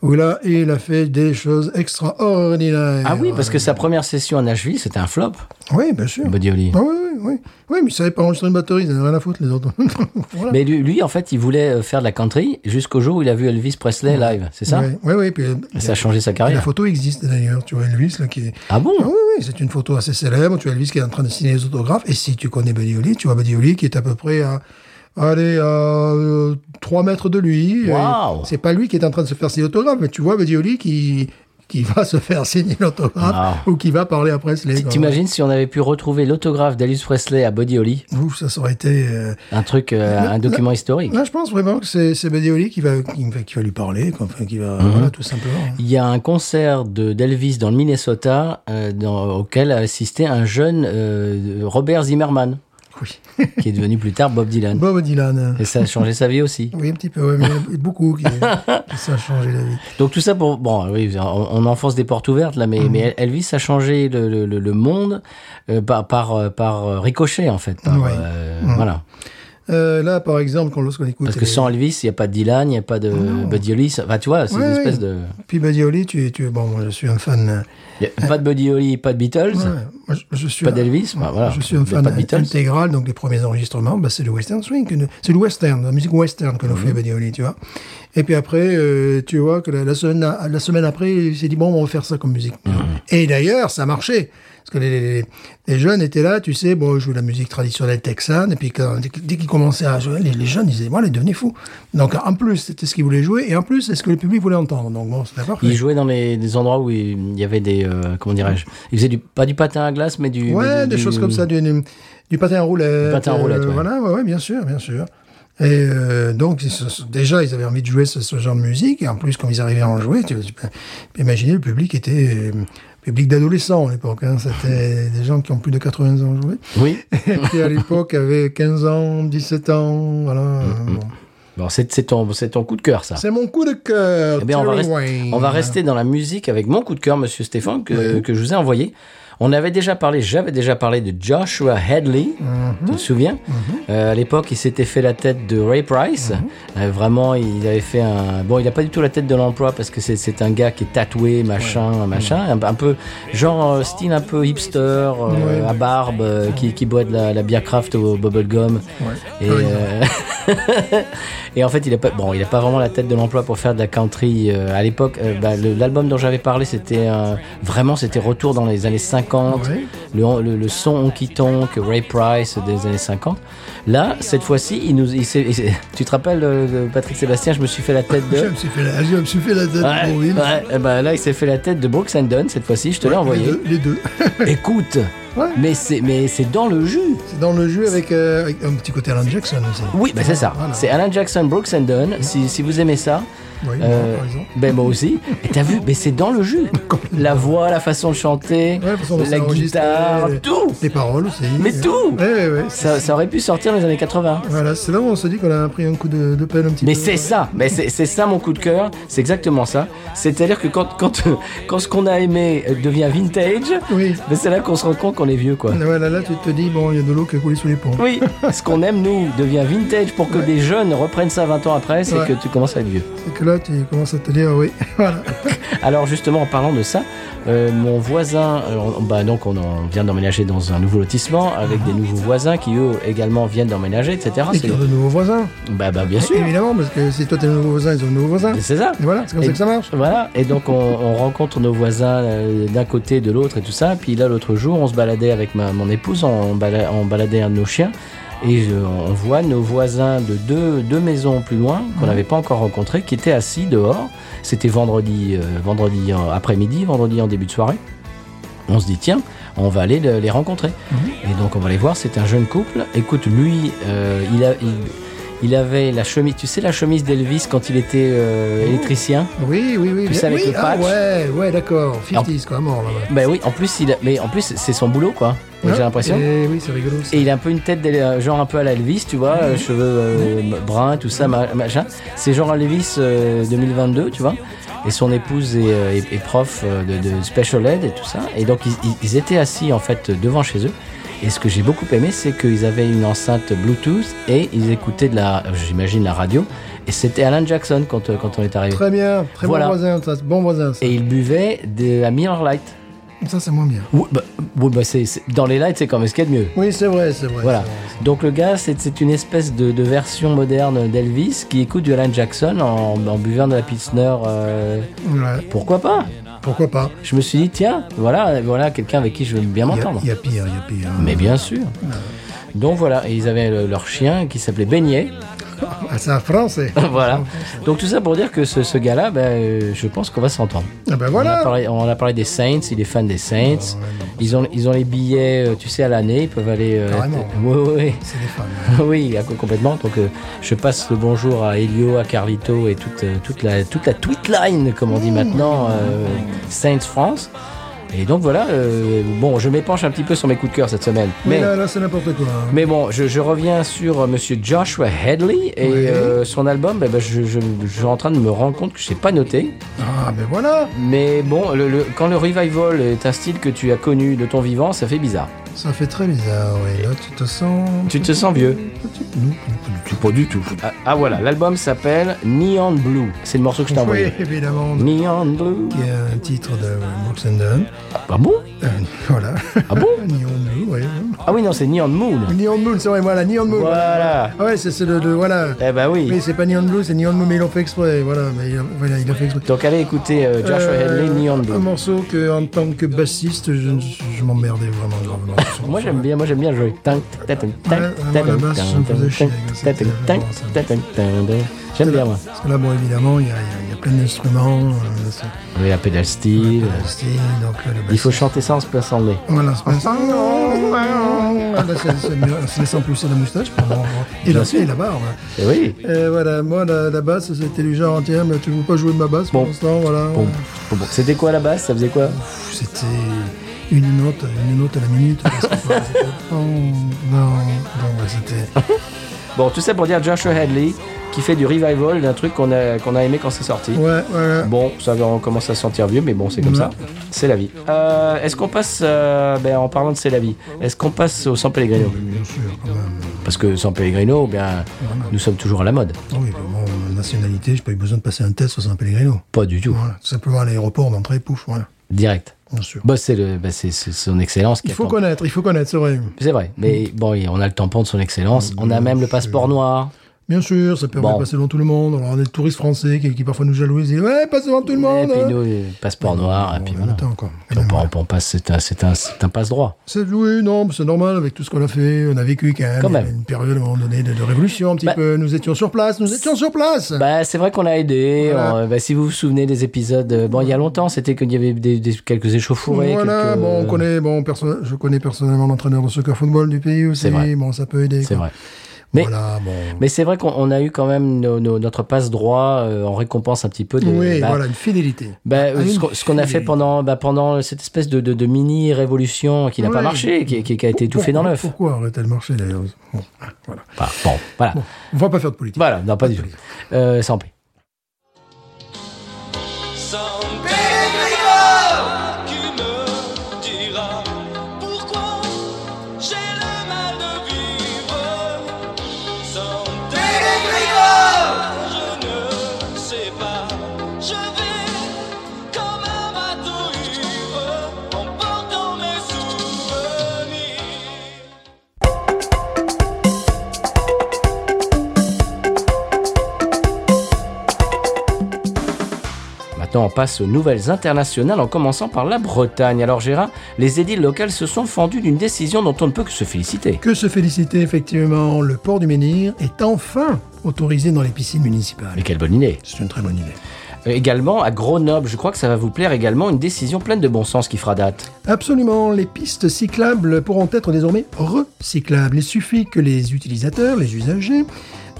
où là, il a fait des choses extraordinaires. Ah oui, parce que sa première session à Nashville, c'était un flop, Oui, bien sûr. Buddy Holly. Ah oui, oui, oui, oui, mais il savait pas enregistrer une batterie, ils n'avaient rien à foutre les autres. voilà. Mais lui, lui, en fait, il voulait euh, faire de la country jusqu'au jour où il a vu Elvis Presley live, c'est ça Oui, oui, oui, puis, euh, Ça a changé sa la carrière. photo existe d'ailleurs, tu vois Elvis là qui est... Ah bon Ah oui, oui, c'est une photo assez célèbre. Tu as Elvis qui est en train de signer les autographes. Et si tu connais Buddy Holly, tu vois Buddy Holly qui est à peu près à, allez, à euh, 3 mètres de lui. Wow. Et C'est pas lui qui est en train de se faire signer l'autographe, mais tu vois Buddy Holly qui, qui va se faire signer l'autographe ou qui va parler après. Ah. T- T'imagines si on avait pu retrouver l'autographe d'Elvis Presley à Buddy Holly Ouf, ça ça aurait été. euh, Un truc, euh, un document historique. Là, je pense vraiment que c'est c'est Buddy Holly qui va, qui, va- qui va lui parler, quoi. Enfin, qui Mhm. va. Voilà, tout simplement. hein. Il y a un concert de d'Elvis dans le Minnesota euh, dans- auquel a assisté un jeune euh, Robert Zimmerman, Oui. qui est devenu plus tard Bob Dylan. Bob Dylan. Et ça a changé sa vie aussi. Oui, un petit peu, ouais, mais il y en a beaucoup qui, qui ça a changé la vie. Donc tout ça pour bon, oui, on, on enfonce des portes ouvertes là, Mhm. mais, mais Elvis a changé le, le- le- le monde euh, par par euh, par euh, ricochet en fait. par, Ouais. Mhm. euh, Voilà. Euh, là, par exemple, quand lorsqu'on écoute. Parce que les- sans Elvis, il n'y a pas de Dylan, il n'y a pas de Buddy Holly. ça- Enfin, tu vois, c'est Ouais, une ouais. espèce de Puis Buddy Holly, tu, tu, bon, moi je suis un fan. euh, y a pas de Buddy Holly, pas de Beatles. ouais, moi, je, je suis Pas un- d'Elvis, bah, voilà. Je suis un Il y a fan pas de Beatles. intégral, donc les premiers enregistrements, bah, c'est le western swing, que nous- c'est le western, la musique western que nous Mhm. fait Buddy Holly, tu vois. Et puis après, euh, tu vois que la, la semaine, a- la semaine après, il s'est dit bon, on va faire ça comme musique. Mhm. Et d'ailleurs, ça marchait. Parce que les, les- les jeunes étaient là, tu sais, bon, ils jouaient la musique traditionnelle texane, et puis quand, dès, qu'ils- dès qu'ils commençaient à jouer, les, les jeunes, ils disaient, voilà, ils devenaient fous. Donc, en plus, c'était ce qu'ils voulaient jouer, et en plus, c'est ce que le public voulait entendre. Donc, bon, c'est d'accord. Il jouait dans les, des endroits où il il y avait des euh, comment dirais-je Il faisait du pas du patin à glace, mais du Ouais, mais du- des du- choses comme ça. du- du- Du patin à roulette. euh, Du patin à roulette, ouais. Voilà, ouais, ouais, bien sûr, bien sûr. Et euh, donc, ils se- déjà, ils avaient envie de jouer ce, ce genre de musique. Et en plus, quand ils arrivaient à en jouer, tu, tu peux imaginer, le public était euh, public d'adolescents à l'époque. hein. C'était des gens qui ont plus de 80 ans joué. Oui. Et puis, à l'époque, avaient 15 ans, 17 ans. Voilà. Mm, Bon. Bon, c'est c'est ton, c'est ton coup de cœur, ça. C'est mon coup de cœur. Eh bien, on va, Terry rest- Wayne. on va rester dans la musique avec mon coup de cœur, Monsieur Stéphane, que, que je vous ai envoyé. On avait déjà parlé, j'avais déjà parlé de Joshua Headley, tu te souviens Euh, À l'époque, il s'était fait la tête de Ray Price. Euh, vraiment, il avait fait un... Bon, il n'a pas du tout la tête de l'emploi parce que c'est- c'est un gars qui est tatoué, machin, machin. Un, un peu, genre, euh, style un peu hipster, euh, à barbe, euh, qui, qui boit de la, la bière craft au bubblegum. Et, Ah oui. euh, et en fait, il n'a pas, bon, il a pas vraiment la tête de l'emploi pour faire de la country. euh, à l'époque, euh, bah, le- l'album dont j'avais parlé, c'était euh, vraiment c'était retour dans les années 50, Ouais. le, le, le son honky tonk, Ray Price des années 50. Là, cette fois-ci, il nous, il s'est- il s'est- tu te rappelles euh, Patrick Sébastien, je me suis fait la tête Je de. me suis fait la, je me suis fait la tête Ouais, pour Will. ouais, eh ben là, il s'est fait la tête de Brooks and Dunn cette fois-ci. Je te l'ai envoyé. Les deux. les deux. Écoute, Ouais. mais c'est mais c'est dans le jus. C'est dans le jeu avec, euh, avec un petit côté Alan Jackson aussi. Oui, ben c'est ça. Voilà. C'est Alan Jackson, Brooks and Dunn. Si, si vous aimez ça, Oui, euh, par exemple. ben moi aussi. Et t'as vu, mais c'est dans le jus. La voix, la façon de chanter, Ouais, de toute façon, on s'est la enregistré, guitare, les- tout. Les paroles aussi. Mais tout Ouais, ouais, ouais. c'est- Ça, ça aurait pu sortir dans les années 80. Voilà, c'est là où on se dit qu'on a pris un coup de, de pelle un petit Mais peu. c'est ça, mais c'est c'est ça mon coup de cœur, c'est exactement ça. C'est-à-dire que quand, quand, quand ce qu'on a aimé devient vintage, Oui. ben c'est là qu'on se rend compte qu'on est vieux, quoi. Voilà, là tu te dis, bon, il y a de l'eau qui a coulé sous les ponts. Oui, ce qu'on aime, nous, devient vintage pour que des jeunes reprennent ça 20 ans après, c'est Ouais. que tu commences à être vieux. Et que là, tu commences à te dire, oui, voilà. Alors justement, en parlant de ça, euh, mon voisin, euh, on- bah donc on, en- on vient d'emménager dans un nouveau lotissement avec des nouveaux voisins qui eux également viennent d'emménager, etc. Et Ah, C'est- qu'ils ont de nouveaux voisins. Bah, bah bien sûr, Évidemment, parce que si toi t'es un nouveau voisin, ils ont de nouveaux voisins. Mais c'est ça. Et voilà, c'est comme Et- ça que ça marche. Voilà, et donc on, on rencontre nos voisins euh, d'un côté, de l'autre et tout ça. Puis là, l'autre jour, on se baladait avec ma, mon épouse, on, bala- on baladait un de nos chiens. Et euh, on voit nos voisins de deux, deux maisons plus loin, qu'on n'avait pas encore rencontrés, qui étaient assis dehors. C'était vendredi, euh, vendredi en- après-midi, vendredi en début de soirée. On se dit, tiens, on va aller le- les rencontrer. Et donc on va les voir, c'est un jeune couple. Écoute, lui, euh, il, a, il, il avait la chemise, tu sais la chemise d'Elvis quand il était euh, électricien Oui, oui, oui. Plus bien- avec oui, le ah, patch. ouais, ouais, d'accord. 50s, quoi, à mort, là. ouais. Ben oui, en plus, il a- mais en plus c'est son boulot, quoi. Donc, J'ai l'impression. Et oui, c'est rigolo. ça. Et il a un peu une tête, d'El- genre un peu à la Elvis, tu vois, euh, cheveux euh, bruns, tout ça, ma- machin. C'est genre Elvis euh, 2022, tu vois. Et son épouse est, euh, est- est prof euh, de, de special ed et tout ça. Et donc, ils, ils- ils étaient assis, en fait, devant chez eux. Et ce que j'ai beaucoup aimé, c'est qu'ils avaient une enceinte Bluetooth et ils écoutaient de la, euh, j'imagine, la radio. Et c'était Alan Jackson quand, euh, quand on est arrivé. Très bien, très Voilà. bon voisin, ça. Bon voisin, ça. Et ils buvaient de la Miller Lite. Ça, c'est moins bien. Oui, bah, oui, bah, c'est, c'est- dans les lights, c'est quand même ce qu'il y a de mieux. Oui, c'est vrai, c'est vrai. Voilà. c'est vrai, c'est vrai. Donc le gars, c'est, c'est une espèce de, de version moderne d'Elvis qui écoute du Alan Jackson en, en buvant de la Pilsner. euh, Ouais, pourquoi pas Pourquoi pas Je me suis dit, tiens, voilà, voilà quelqu'un avec qui je veux bien Il y, a, m'entendre. il y a pire, il y a pire. Mais bien sûr. Donc voilà, et ils avaient le- leur chien qui s'appelait Beignet. Ah, c'est un français. voilà. Donc tout ça pour dire que ce, ce gars-là, ben, euh, je pense qu'on va s'entendre. Ah On ben a, voilà. parlé, on a parlé des Saints, il est fan des Saints. Ils ont, ils ont les billets, euh, tu sais, à l'année, ils peuvent aller. euh, Carrément. ouais, ouais, ouais. C'est des femmes. Oui, à- complètement. Donc, euh, je passe le bonjour à Elio, à Carlito et toute, euh, toute la toute la tweet line, comme on dit Mmh. maintenant, euh, Saints France. Et donc voilà. euh, bon, je m'épanche un petit peu sur mes coups de cœur cette semaine, Mais mais. là, là, c'est n'importe quoi. hein. Mais bon, je, je reviens sur euh, Monsieur Joshua Headley et Oui. euh, son album. eh ben, je, je- je suis en train de me rendre compte que je n'ai pas noté. Ah ben voilà. Mais bon, le- le- quand le revival est un style que tu as connu de ton vivant, ça fait bizarre. Ça fait très bizarre, oui. Là, tu te sens... Tu te sens vieux. Nous, Pas du tout. Ah, ah, voilà, l'album s'appelle Neon Blue. C'est le morceau que je t'ai envoyé. Mm. Oui, évidemment. Neon Blue. Qui est un titre de Brooks and Dunn. Ah bon Euh, voilà. Ah bon Neon Moon, oui. Ah oui, non, c'est Neon Moon. Neon Moon, c'est vrai, voilà, Neon Moon. Voilà. Ah ouais, c'est c'est le, le- Voilà. Eh ben oui. Mais c'est pas Neon Blue, c'est Neon Moon, mais ils l'ont fait exprès. Voilà, mais il a, voilà, il a fait exprès. Donc allez écouter euh, Joshua Euh, Headley, Neon Un Blue. morceau que, en tant que bassiste, je, je m'emmerdais vraiment gravement. son- Moi j'aime bien, moi j'aime bien jouer. J'aime bien moi. Parce que là, bon, évidemment, il y a, il y a- il y a plein d'instruments. euh, c'est- Oui, la pédale style. style, donc, euh, le Il faut bassiste. chanter ça en se plaçant le nez. Voilà, c'est pas ça. Là, c'est- c'est mieux, en se laissant pousser la moustache. pardon. Et la, et la barbe. Eh oui. Et voilà, moi, la, la basse, c'était les gens entiers, mais tu veux pas jouer de ma basse Bon. pour l'instant, voilà. Bon, bon, bon. C'était quoi la base Ça faisait quoi Pff, C'était une note, une note à la minute. parce que, voilà, c'était- Non, non, non, ouais, c'était... Bon, tout ça pour dire Joshua Hadley qui fait du revival d'un truc qu'on a, qu'on a aimé quand c'est sorti. Ouais, Mm. voilà. Bon, ça va, on commence à se sentir vieux, mais bon, c'est comme ça. C'est la vie. Euh, est-ce qu'on passe, euh, ben, en parlant de c'est la vie, est-ce qu'on passe au San Pellegrino Bien sûr, Ah ben, euh, quand même. Parce que San Pellegrino, bien, nous sommes toujours à la mode. Ah Oui, mais bon, ma nationalité, j'ai pas eu besoin de passer un test sur San Pellegrino. Pas du tout, Voilà, tout simplement à l'aéroport, d'entrée, pouf, voilà, direct. bien sûr. Bah, c'est, le, bah, c'est, c'est son excellence qui Il faut attend. connaître, Mm. il faut connaître, c'est vrai. C'est vrai, mais bon, oui, on a le tampon de son excellence, Mm, on a même le passeport noir. Bien sûr, ça permet Bon. de passer devant tout le monde. Alors, on a des touristes français qui, qui parfois nous jalousent, ils disent Ouais, passe devant tout le Et monde puis hein. nous, euh, passeport noir, et puis en voilà. même temps, quoi. Puis on, on- on passe, c'est un, c'est un, c'est un passe-droit. C'est oui, non, mais c'est normal avec tout ce qu'on a fait. On a vécu quand même, Quand même. Il y a une période à un moment donné de, de révolution un petit Bah. peu. Nous étions sur place, nous étions sur place. Bah, c'est vrai qu'on a aidé. Voilà. on- bah, si vous vous souvenez des épisodes, euh, bon, il y a longtemps, c'était qu'il y avait des, des- quelques échauffourées. voilà, quelques- euh, bon, on connaît, bon, perso- je connais personnellement l'entraîneur de soccer football du pays aussi. C'est vrai. Bon, ça peut aider. C'est quoi. vrai. Mais- voilà, bon. Mais c'est vrai qu'on on a eu quand même nos- nos- notre passe-droit euh, en récompense un petit peu de. oui, bah, voilà, une fidélité. bah, euh, Ah, ce une qu'on- ce qu'on a fait fidélité. pendant, bah, pendant cette espèce de, de- de mini-révolution qui n'a pas Ouais. marché, qui, qui- qui a été étouffée dans l'œuf. Pourquoi arrêter le marché d'ailleurs Bon, ah, voilà. Bah, bon, voilà. Bon, on va pas faire de politique. Voilà, non, pas du tout. Euh, sans paix. San Pedro, tu me diras pourquoi j'ai le mal de vivre. San Pedro, je ne sais pas, je vais comme un bateau ivre en portant mes souvenirs. Maintenant, on passe aux nouvelles internationales en commençant par la Bretagne. Alors, Gérard, les édiles locales se sont fendus d'une décision dont on ne peut que se féliciter. Que se féliciter effectivement, le port du Menhir est enfin autorisé dans les piscines municipales. Mais quelle bonne idée C'est une très bonne idée. Euh, Également, à Grenoble, je crois que ça va vous plaire également, une décision pleine de bon sens qui fera date. Absolument, les pistes cyclables pourront être désormais recyclables. Il suffit que les utilisateurs, les usagers,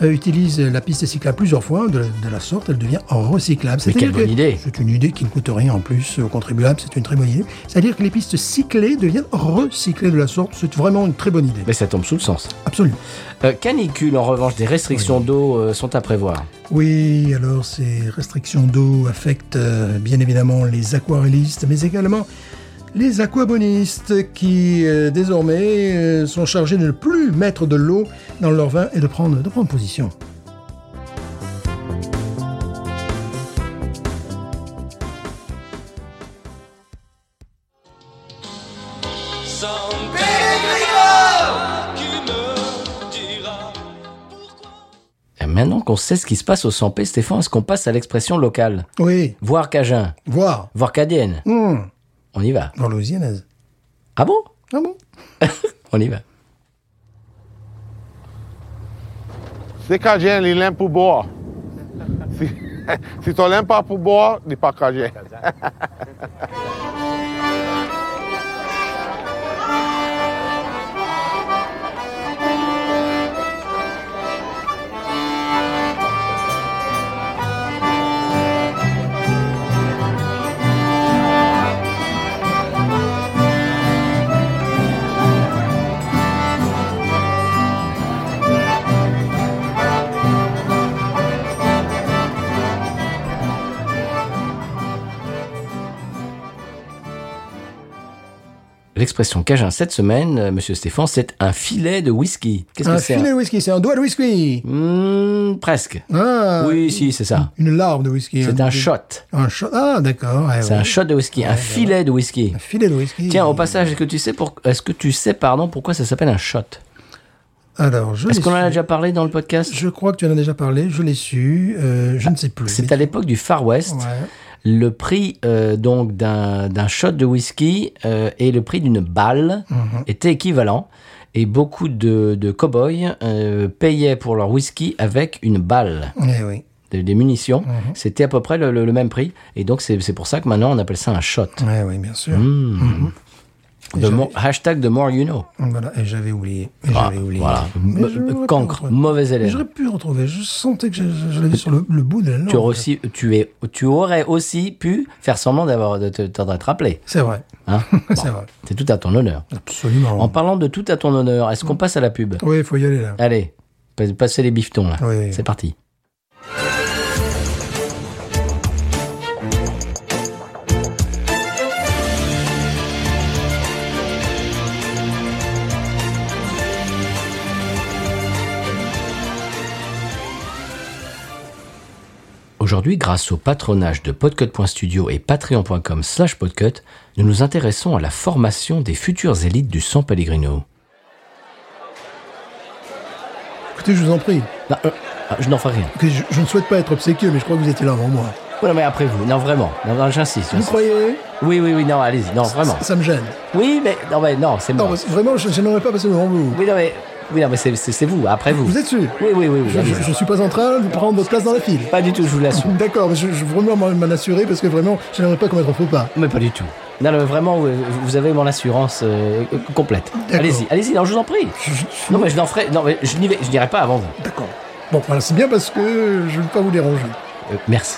euh, utilisent la piste cyclable plusieurs fois, de, de la sorte, elle devient recyclable. Mais quelle C'est-à-dire bonne que idée. C'est une idée qui ne coûte rien en plus aux contribuables, c'est une très bonne idée. C'est-à-dire que les pistes cyclées deviennent recyclées de la sorte, c'est vraiment une très bonne idée. Mais ça tombe sous le sens. Absolument. Euh, canicule, en revanche, des restrictions d'eau euh, sont à prévoir. Oui, alors ces restrictions d'eau affectent euh, bien évidemment les aquarellistes, mais également les aquabonistes qui euh, désormais euh, sont chargés de ne plus mettre de l'eau dans leur vin et de prendre, de prendre position. San Pedro, tu me diras pourquoi. Et Euh, maintenant qu'on sait ce qui se passe au 100p, Stéphane, est-ce qu'on passe à l'expression locale Oui, Voir cajun, voir. voir cadienne. Hmm, On y va. Voir l'osianaise. Ah bon Ah bon On y va. Se cajen li len pou bo. Si, si to len pa pou bo, li pa cajen. L'expression cajun cette semaine, euh, monsieur Stéphane, c'est un filet de whisky. Qu'est-ce Un que c'est filet de whisky, c'est un doigt de whisky. un- Hmm, Presque. Ah, Oui, si, c'est ça. Une larve de whisky. hein. C'est un shot. Un shot. Ah, d'accord. ouais, C'est ouais. un shot de whisky, un filet de whisky. Un filet de whisky. Tiens, au passage, est-ce que tu sais, pour... est-ce que tu sais pardon, pourquoi ça s'appelle un shot Alors, je Est-ce l'ai qu'on en a su. déjà parlé dans le podcast Je crois que tu en as déjà parlé, je l'ai su, euh, je ne sais plus. C'est Mais- à l'époque du Far West. Ouais. le prix euh, donc d'un d'un shot de whisky euh, et le prix d'une balle Mhm. étaient équivalents. Et beaucoup de, de cow-boys euh, payaient pour leur whisky avec une balle, Eh oui. de- des munitions. Mhm. C'était à peu près le, le- le même prix. Et donc, c'est c'est pour ça que maintenant, on appelle ça un shot. Eh oui, bien sûr. Hmm. Mhm. The more- hashtag the more you know. Voilà, et j'avais oublié. Et Ah, j'avais oublié. voilà. Mais Me- j'aurais pu cancre, retrouver. mauvais élève. J'aurais pu retrouver. Je sentais que je, je- je l'avais sur le, le bout de la langue. Tu, aurais aussi, tu, es, tu aurais aussi pu faire semblant d'avoir de te, t'en être rappelé. C'est vrai. hein. C'est vrai. C'est tout à ton honneur. Absolument. En parlant de tout à ton honneur, est-ce qu'on passe à la pub Oui, il faut y aller là. Allez, pa- passez les bifetons là. Oui, oui. C'est parti. Aujourd'hui, grâce au patronage de podcut.studio et patreon.com slash podcut, nous nous intéressons à la formation des futures élites du San Pellegrino. Écoutez, je vous en prie. Non, euh, ah, je n'en ferai rien. Écoutez, je, je ne souhaite pas être obséquieux, mais je crois que vous étiez là avant moi. Oui, non, mais après vous. Non, vraiment. Non, non, j'insiste. Vous j'insiste. croyez Oui, oui, oui, non, allez-y. Non, vraiment. ça, ça me gêne. Oui, mais non, mais non, c'est Non, moi. parce que vraiment, je, je n'aimerais pas passer devant vous. Oui, non, mais, oui, non, mais c'est- c'est c'est vous, après vous. Vous êtes sûr Oui, oui, oui, oui. Je- Je allez-y. ne suis pas en train de prendre votre place dans la file. Pas du tout, je vous l'assure. D'accord, mais je, je veux vraiment m'en assurer parce que vraiment, je n'aimerais pas commettre un faux pas. Mais pas du tout. Non, non, mais vraiment, euh, vous avez mon assurance euh, euh, complète. D'accord. Allez-y, allez-y, non, je vous en prie. Non, mais je n'en ferai. Non, mais je n'y vais- je n'irai pas avant vous. D'accord. Bon, voilà, c'est bien parce que je ne veux pas vous déranger. Euh, merci.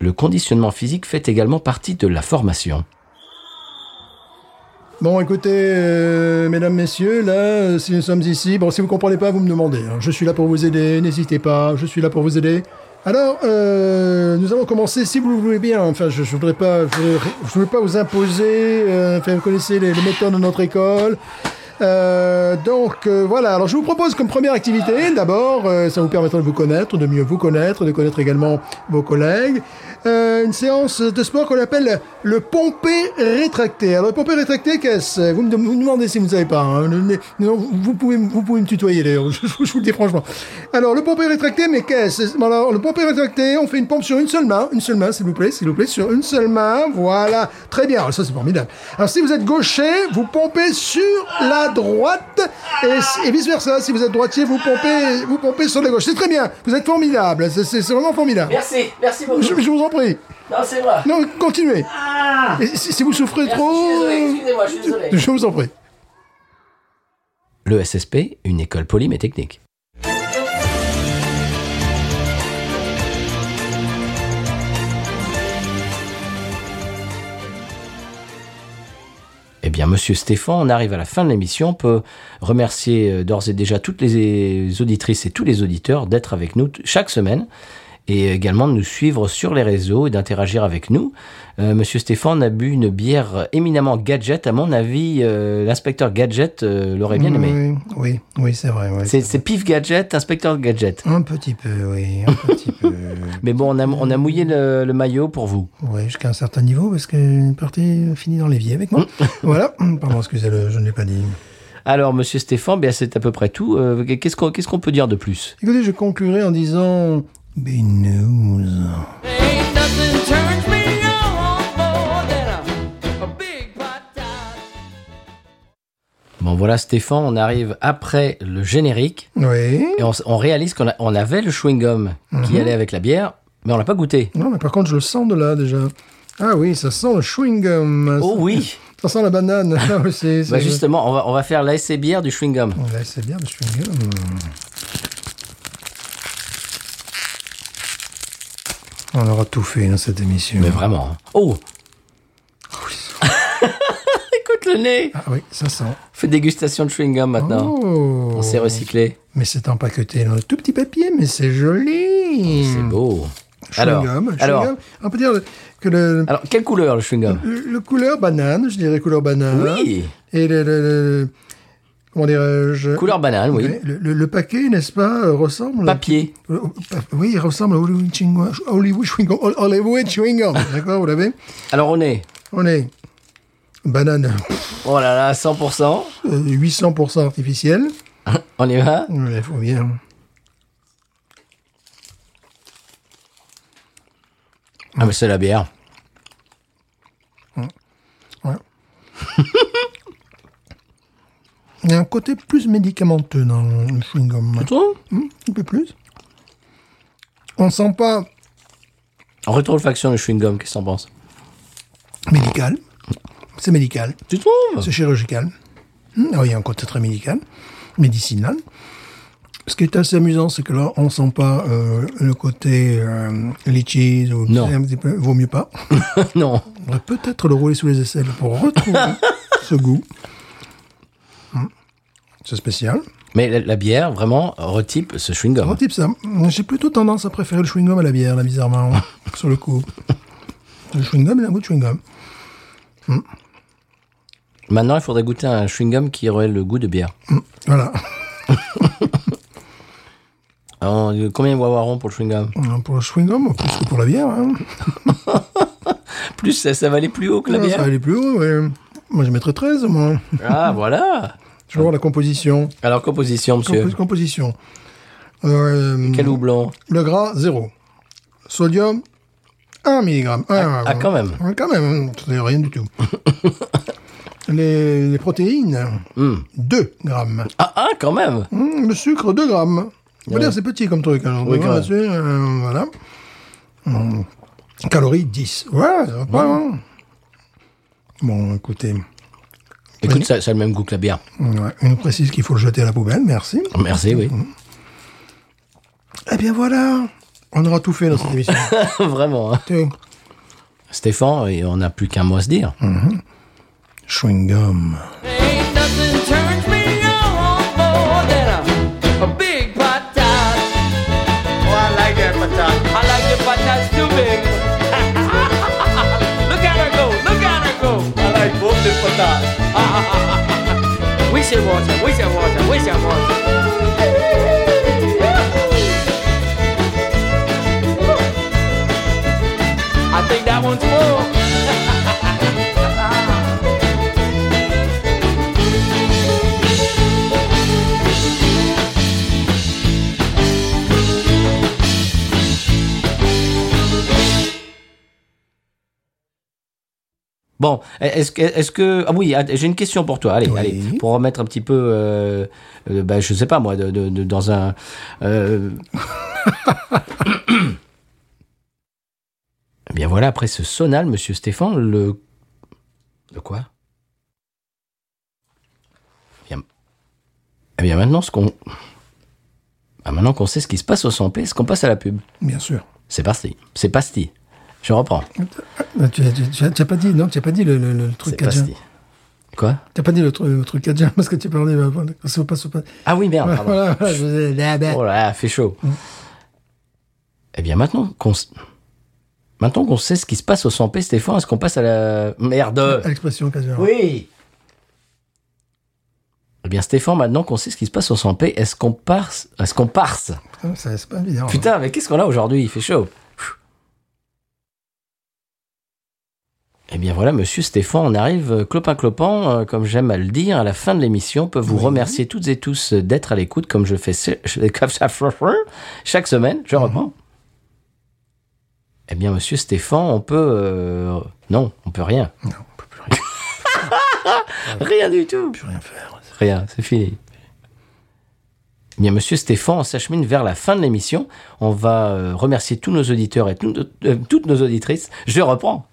Le conditionnement physique fait également partie de la formation. Bon, écoutez, euh, mesdames, messieurs, là, euh, si nous sommes ici, bon, si vous comprenez pas, vous me demandez. hein. Je suis là pour vous aider, n'hésitez pas, je suis là pour vous aider. Alors, euh, nous allons commencer, si vous le voulez bien. Enfin, je, je voudrais pas, je voudrais, je voudrais pas vous imposer. euh, enfin, vous connaissez les, les méthodes de notre école. Euh, donc euh, voilà, alors je vous propose comme première activité, d'abord, euh, ça vous permettra de vous connaître, de mieux vous connaître, de connaître également vos collègues, euh, une séance de sport qu'on appelle le pompé rétracté. Alors le pompé rétracté, qu'est-ce vous me, dem- vous me demandez si vous ne savez pas. hein. Le- le- non, vous, pouvez, vous pouvez me tutoyer d'ailleurs, je, je- je vous le dis franchement. Alors le pompé rétracté, mais qu'est-ce Bon, Alors le pompé rétracté, on fait une pompe sur une seule main, une seule main s'il vous plaît, s'il vous plaît, sur une seule main, voilà. Très bien, alors ça c'est formidable. Alors si vous êtes gaucher, vous pompez sur la droite et, vice versa. Si vous êtes droitier, vous pompez, vous pompez sur la gauche. C'est très bien. Vous êtes formidable. C'est- C'est c'est vraiment formidable. Merci, merci beaucoup. Je, je vous en prie. Non, c'est moi. Non, continuez. Et si, si vous souffrez trop, excusez-moi, Ah. je suis désolé. je vous en prie. Le SSP, une école polymétechnique. Eh bien, Monsieur Stéphane, on arrive à la fin de l'émission. On peut remercier euh, d'ores et déjà toutes les auditrices et tous les auditeurs d'être avec nous t- chaque semaine et également de nous suivre sur les réseaux et d'interagir avec nous. Euh, Monsieur Stéphane a bu une bière éminemment gadget. À mon avis, euh, l'inspecteur gadget euh, l'aurait bien aimé. Oui, oui, oui, c'est vrai. oui. C'est, c'est Pif Gadget, inspecteur Gadget. Un petit peu, oui, un petit peu. Mais bon, on a, on a mouillé le, le maillot pour vous. Oui, jusqu'à un certain niveau, parce qu'une partie finit dans l'évier avec moi. voilà. Pardon, excusez-le, je ne l'ai pas dit. Alors, monsieur Stéphane, bien, c'est à peu près tout. Euh, qu'est-ce, qu'on, qu'est-ce qu'on peut dire de plus Écoutez, je conclurai en disant... Binouze. Ain't nothing turns me on more than a, a big pot tart. Bon, voilà, Stéphane, on arrive après le générique Oui. et on, s- on réalise qu'on a- on avait le chewing-gum Mhm. qui allait avec la bière, mais on l'a pas goûté. Non, mais par contre, je le sens de là déjà. Ah oui, ça sent le chewing-gum. Oh Ça- oui Ça sent la banane. Ah oui, c'est- c'est- bah, Justement, on va, on va faire l'essai bière du chewing-gum. Ouais, c'est bien le chewing-gum. On aura tout fait dans cette émission. Mais vraiment. hein. Oh oui. Écoute le nez Ah oui, ça sent. Fais dégustation de chewing-gum maintenant. Oh. On s'est recyclé. Mais c'est empaqueté dans un tout petit papier, mais c'est joli. Oh, C'est beau. Alors, Chewing-gum. alors, chewing-gum. On peut dire que le, alors, quelle couleur le chewing-gum le, le couleur banane, je dirais couleur banane. Oui. Et le, le- le- comment dirais-je Couleur banane, oui. Ouais, Le, le- le paquet, n'est-ce pas, euh, ressemble. Papier. Euh, euh, Oui, il ressemble à Hollywood chewing gum. Hollywood chewing gum. Hol- Hollywood chewing gum. D'accord, vous l'avez Alors on est, On est banane oh là là, 100%. euh, 800% artificielle. On y va Ouais, Il faut bien. Ah, mais c'est la bière. Il y a un côté plus médicamenteux dans le chewing-gum. Tu trouves Hmm, un petit peu plus. On sent pas En rétro-olfaction, le chewing-gum, qu'est-ce que t'en penses médical. C'est médical. Tu trouves C'est chirurgical. Hmm, ah oui, il y a un côté très médical, médicinal. Ce qui est assez amusant, c'est que là, on sent pas euh, le côté euh, litchis ou Non. un petit peu. Vaut mieux pas. Non. On devrait peut-être le rouler sous les aisselles pour retrouver ce goût. Hmm. C'est spécial. Mais la, la bière, vraiment, retype ce Bon chewing-gum. type ça. J'ai plutôt tendance à préférer le chewing-gum à la bière, là, bizarrement, sur le coup. Le chewing-gum, il a un goût de chewing-gum. Maintenant, il faudrait goûter un chewing-gum qui aurait le goût de bière. Voilà. Alors, euh, combien voit-on pour le chewing-gum Pour le chewing-gum, plus que pour la bière. hein. Plus, ça, ça va aller plus haut que la Ah, Ça va bière. aller plus haut, ouais. Moi, je mettrais 13, moi. Ah, voilà. Je vais voir la composition. Alors, composition, monsieur. Compos- composition. Euh, Quel houblon Le gras, 0. Sodium, 1 mg. ah, quand même. Quand même, hein, c'est rien du tout. les, les protéines, Hmm. 2 grammes. Ah, ah, quand même Hum, le sucre, 2 grammes. On peut dire que c'est petit comme truc. Alors, Oui, on quand va là-dessus, euh, voilà. Hum, Calories, 10. Ouais, ça va pas, hein. Bon, écoutez, Écoute, ça, ça a le même goût que la bière. ouais, on nous précise qu'il faut le jeter à la poubelle, merci. Merci, oui. Eh bien voilà, on aura tout fait dans cette émission. vraiment. hein. Écoutez, Stéphane, et on n'a plus qu'un mot à se dire. Chewing gum. Ain't nothing turns me on more than a, a big patat. Oh, I like that patat. I like the patats too big. look at her go, look at her go. I like both the patats. we should watch her, we should watch her, we should watch her. I think that one's full. Bon, e-, est-ce que, est-ce que, ah oui, ah, j'ai une question pour toi. Allez, Oui. allez, pour remettre un petit peu, euh, euh, bah, je sais pas moi, de, de- de- dans un. euh, Eh bien voilà, après ce sonal, Monsieur Stéphane, le, le quoi Eh bien, eh bien maintenant, ce qu'on, Ah, maintenant qu'on sait ce qui se passe au 100p, est-ce qu'on passe à la pub Bien sûr. C'est parti, c'est pasti. Je reprends, Ah, Tu tu- tu- tu as pas dit, non, tu as pas dit le, le- le truc c'est cadien. pasti. Quoi Tu n'as pas dit le, tru- le truc cadien parce que tu parlais. euh, voilà, ça se passe, ça se passe. Ah oui, merde, pardon. Voilà, voilà, je faisais la bête. Oh là, là, fait chaud. Eh bien, maintenant qu'on s- maintenant qu'on sait ce qui se passe au 100p, Stéphane, est-ce qu'on passe à la merde À l'expression cadien. Oui. Eh bien, Stéphane, maintenant qu'on sait ce qui se passe au 100p, est-ce qu'on parse Est-ce qu'on parse Putain, ça- C'est pas évident. Putain, mais qu'est-ce qu'on a aujourd'hui Il fait chaud. Eh bien voilà, monsieur Stéphane, on arrive euh, clopin clopin, euh, comme j'aime à le dire, à la fin de l'émission. On peut vous remercier toutes et tous euh, d'être à l'écoute, comme je fais ce- je- comme ça, chaque semaine. Mhm. Je reprends. Eh bien, monsieur Stéphane, on peut. euh, Non, on peut rien. Non, on peut plus rien, Rien du tout. plus rien faire. Rien, c'est fini. Eh Bien, monsieur Stéphane, on s'achemine vers la fin de l'émission. On va euh, remercier tous nos auditeurs et tout- euh, toutes nos auditrices. Je reprends.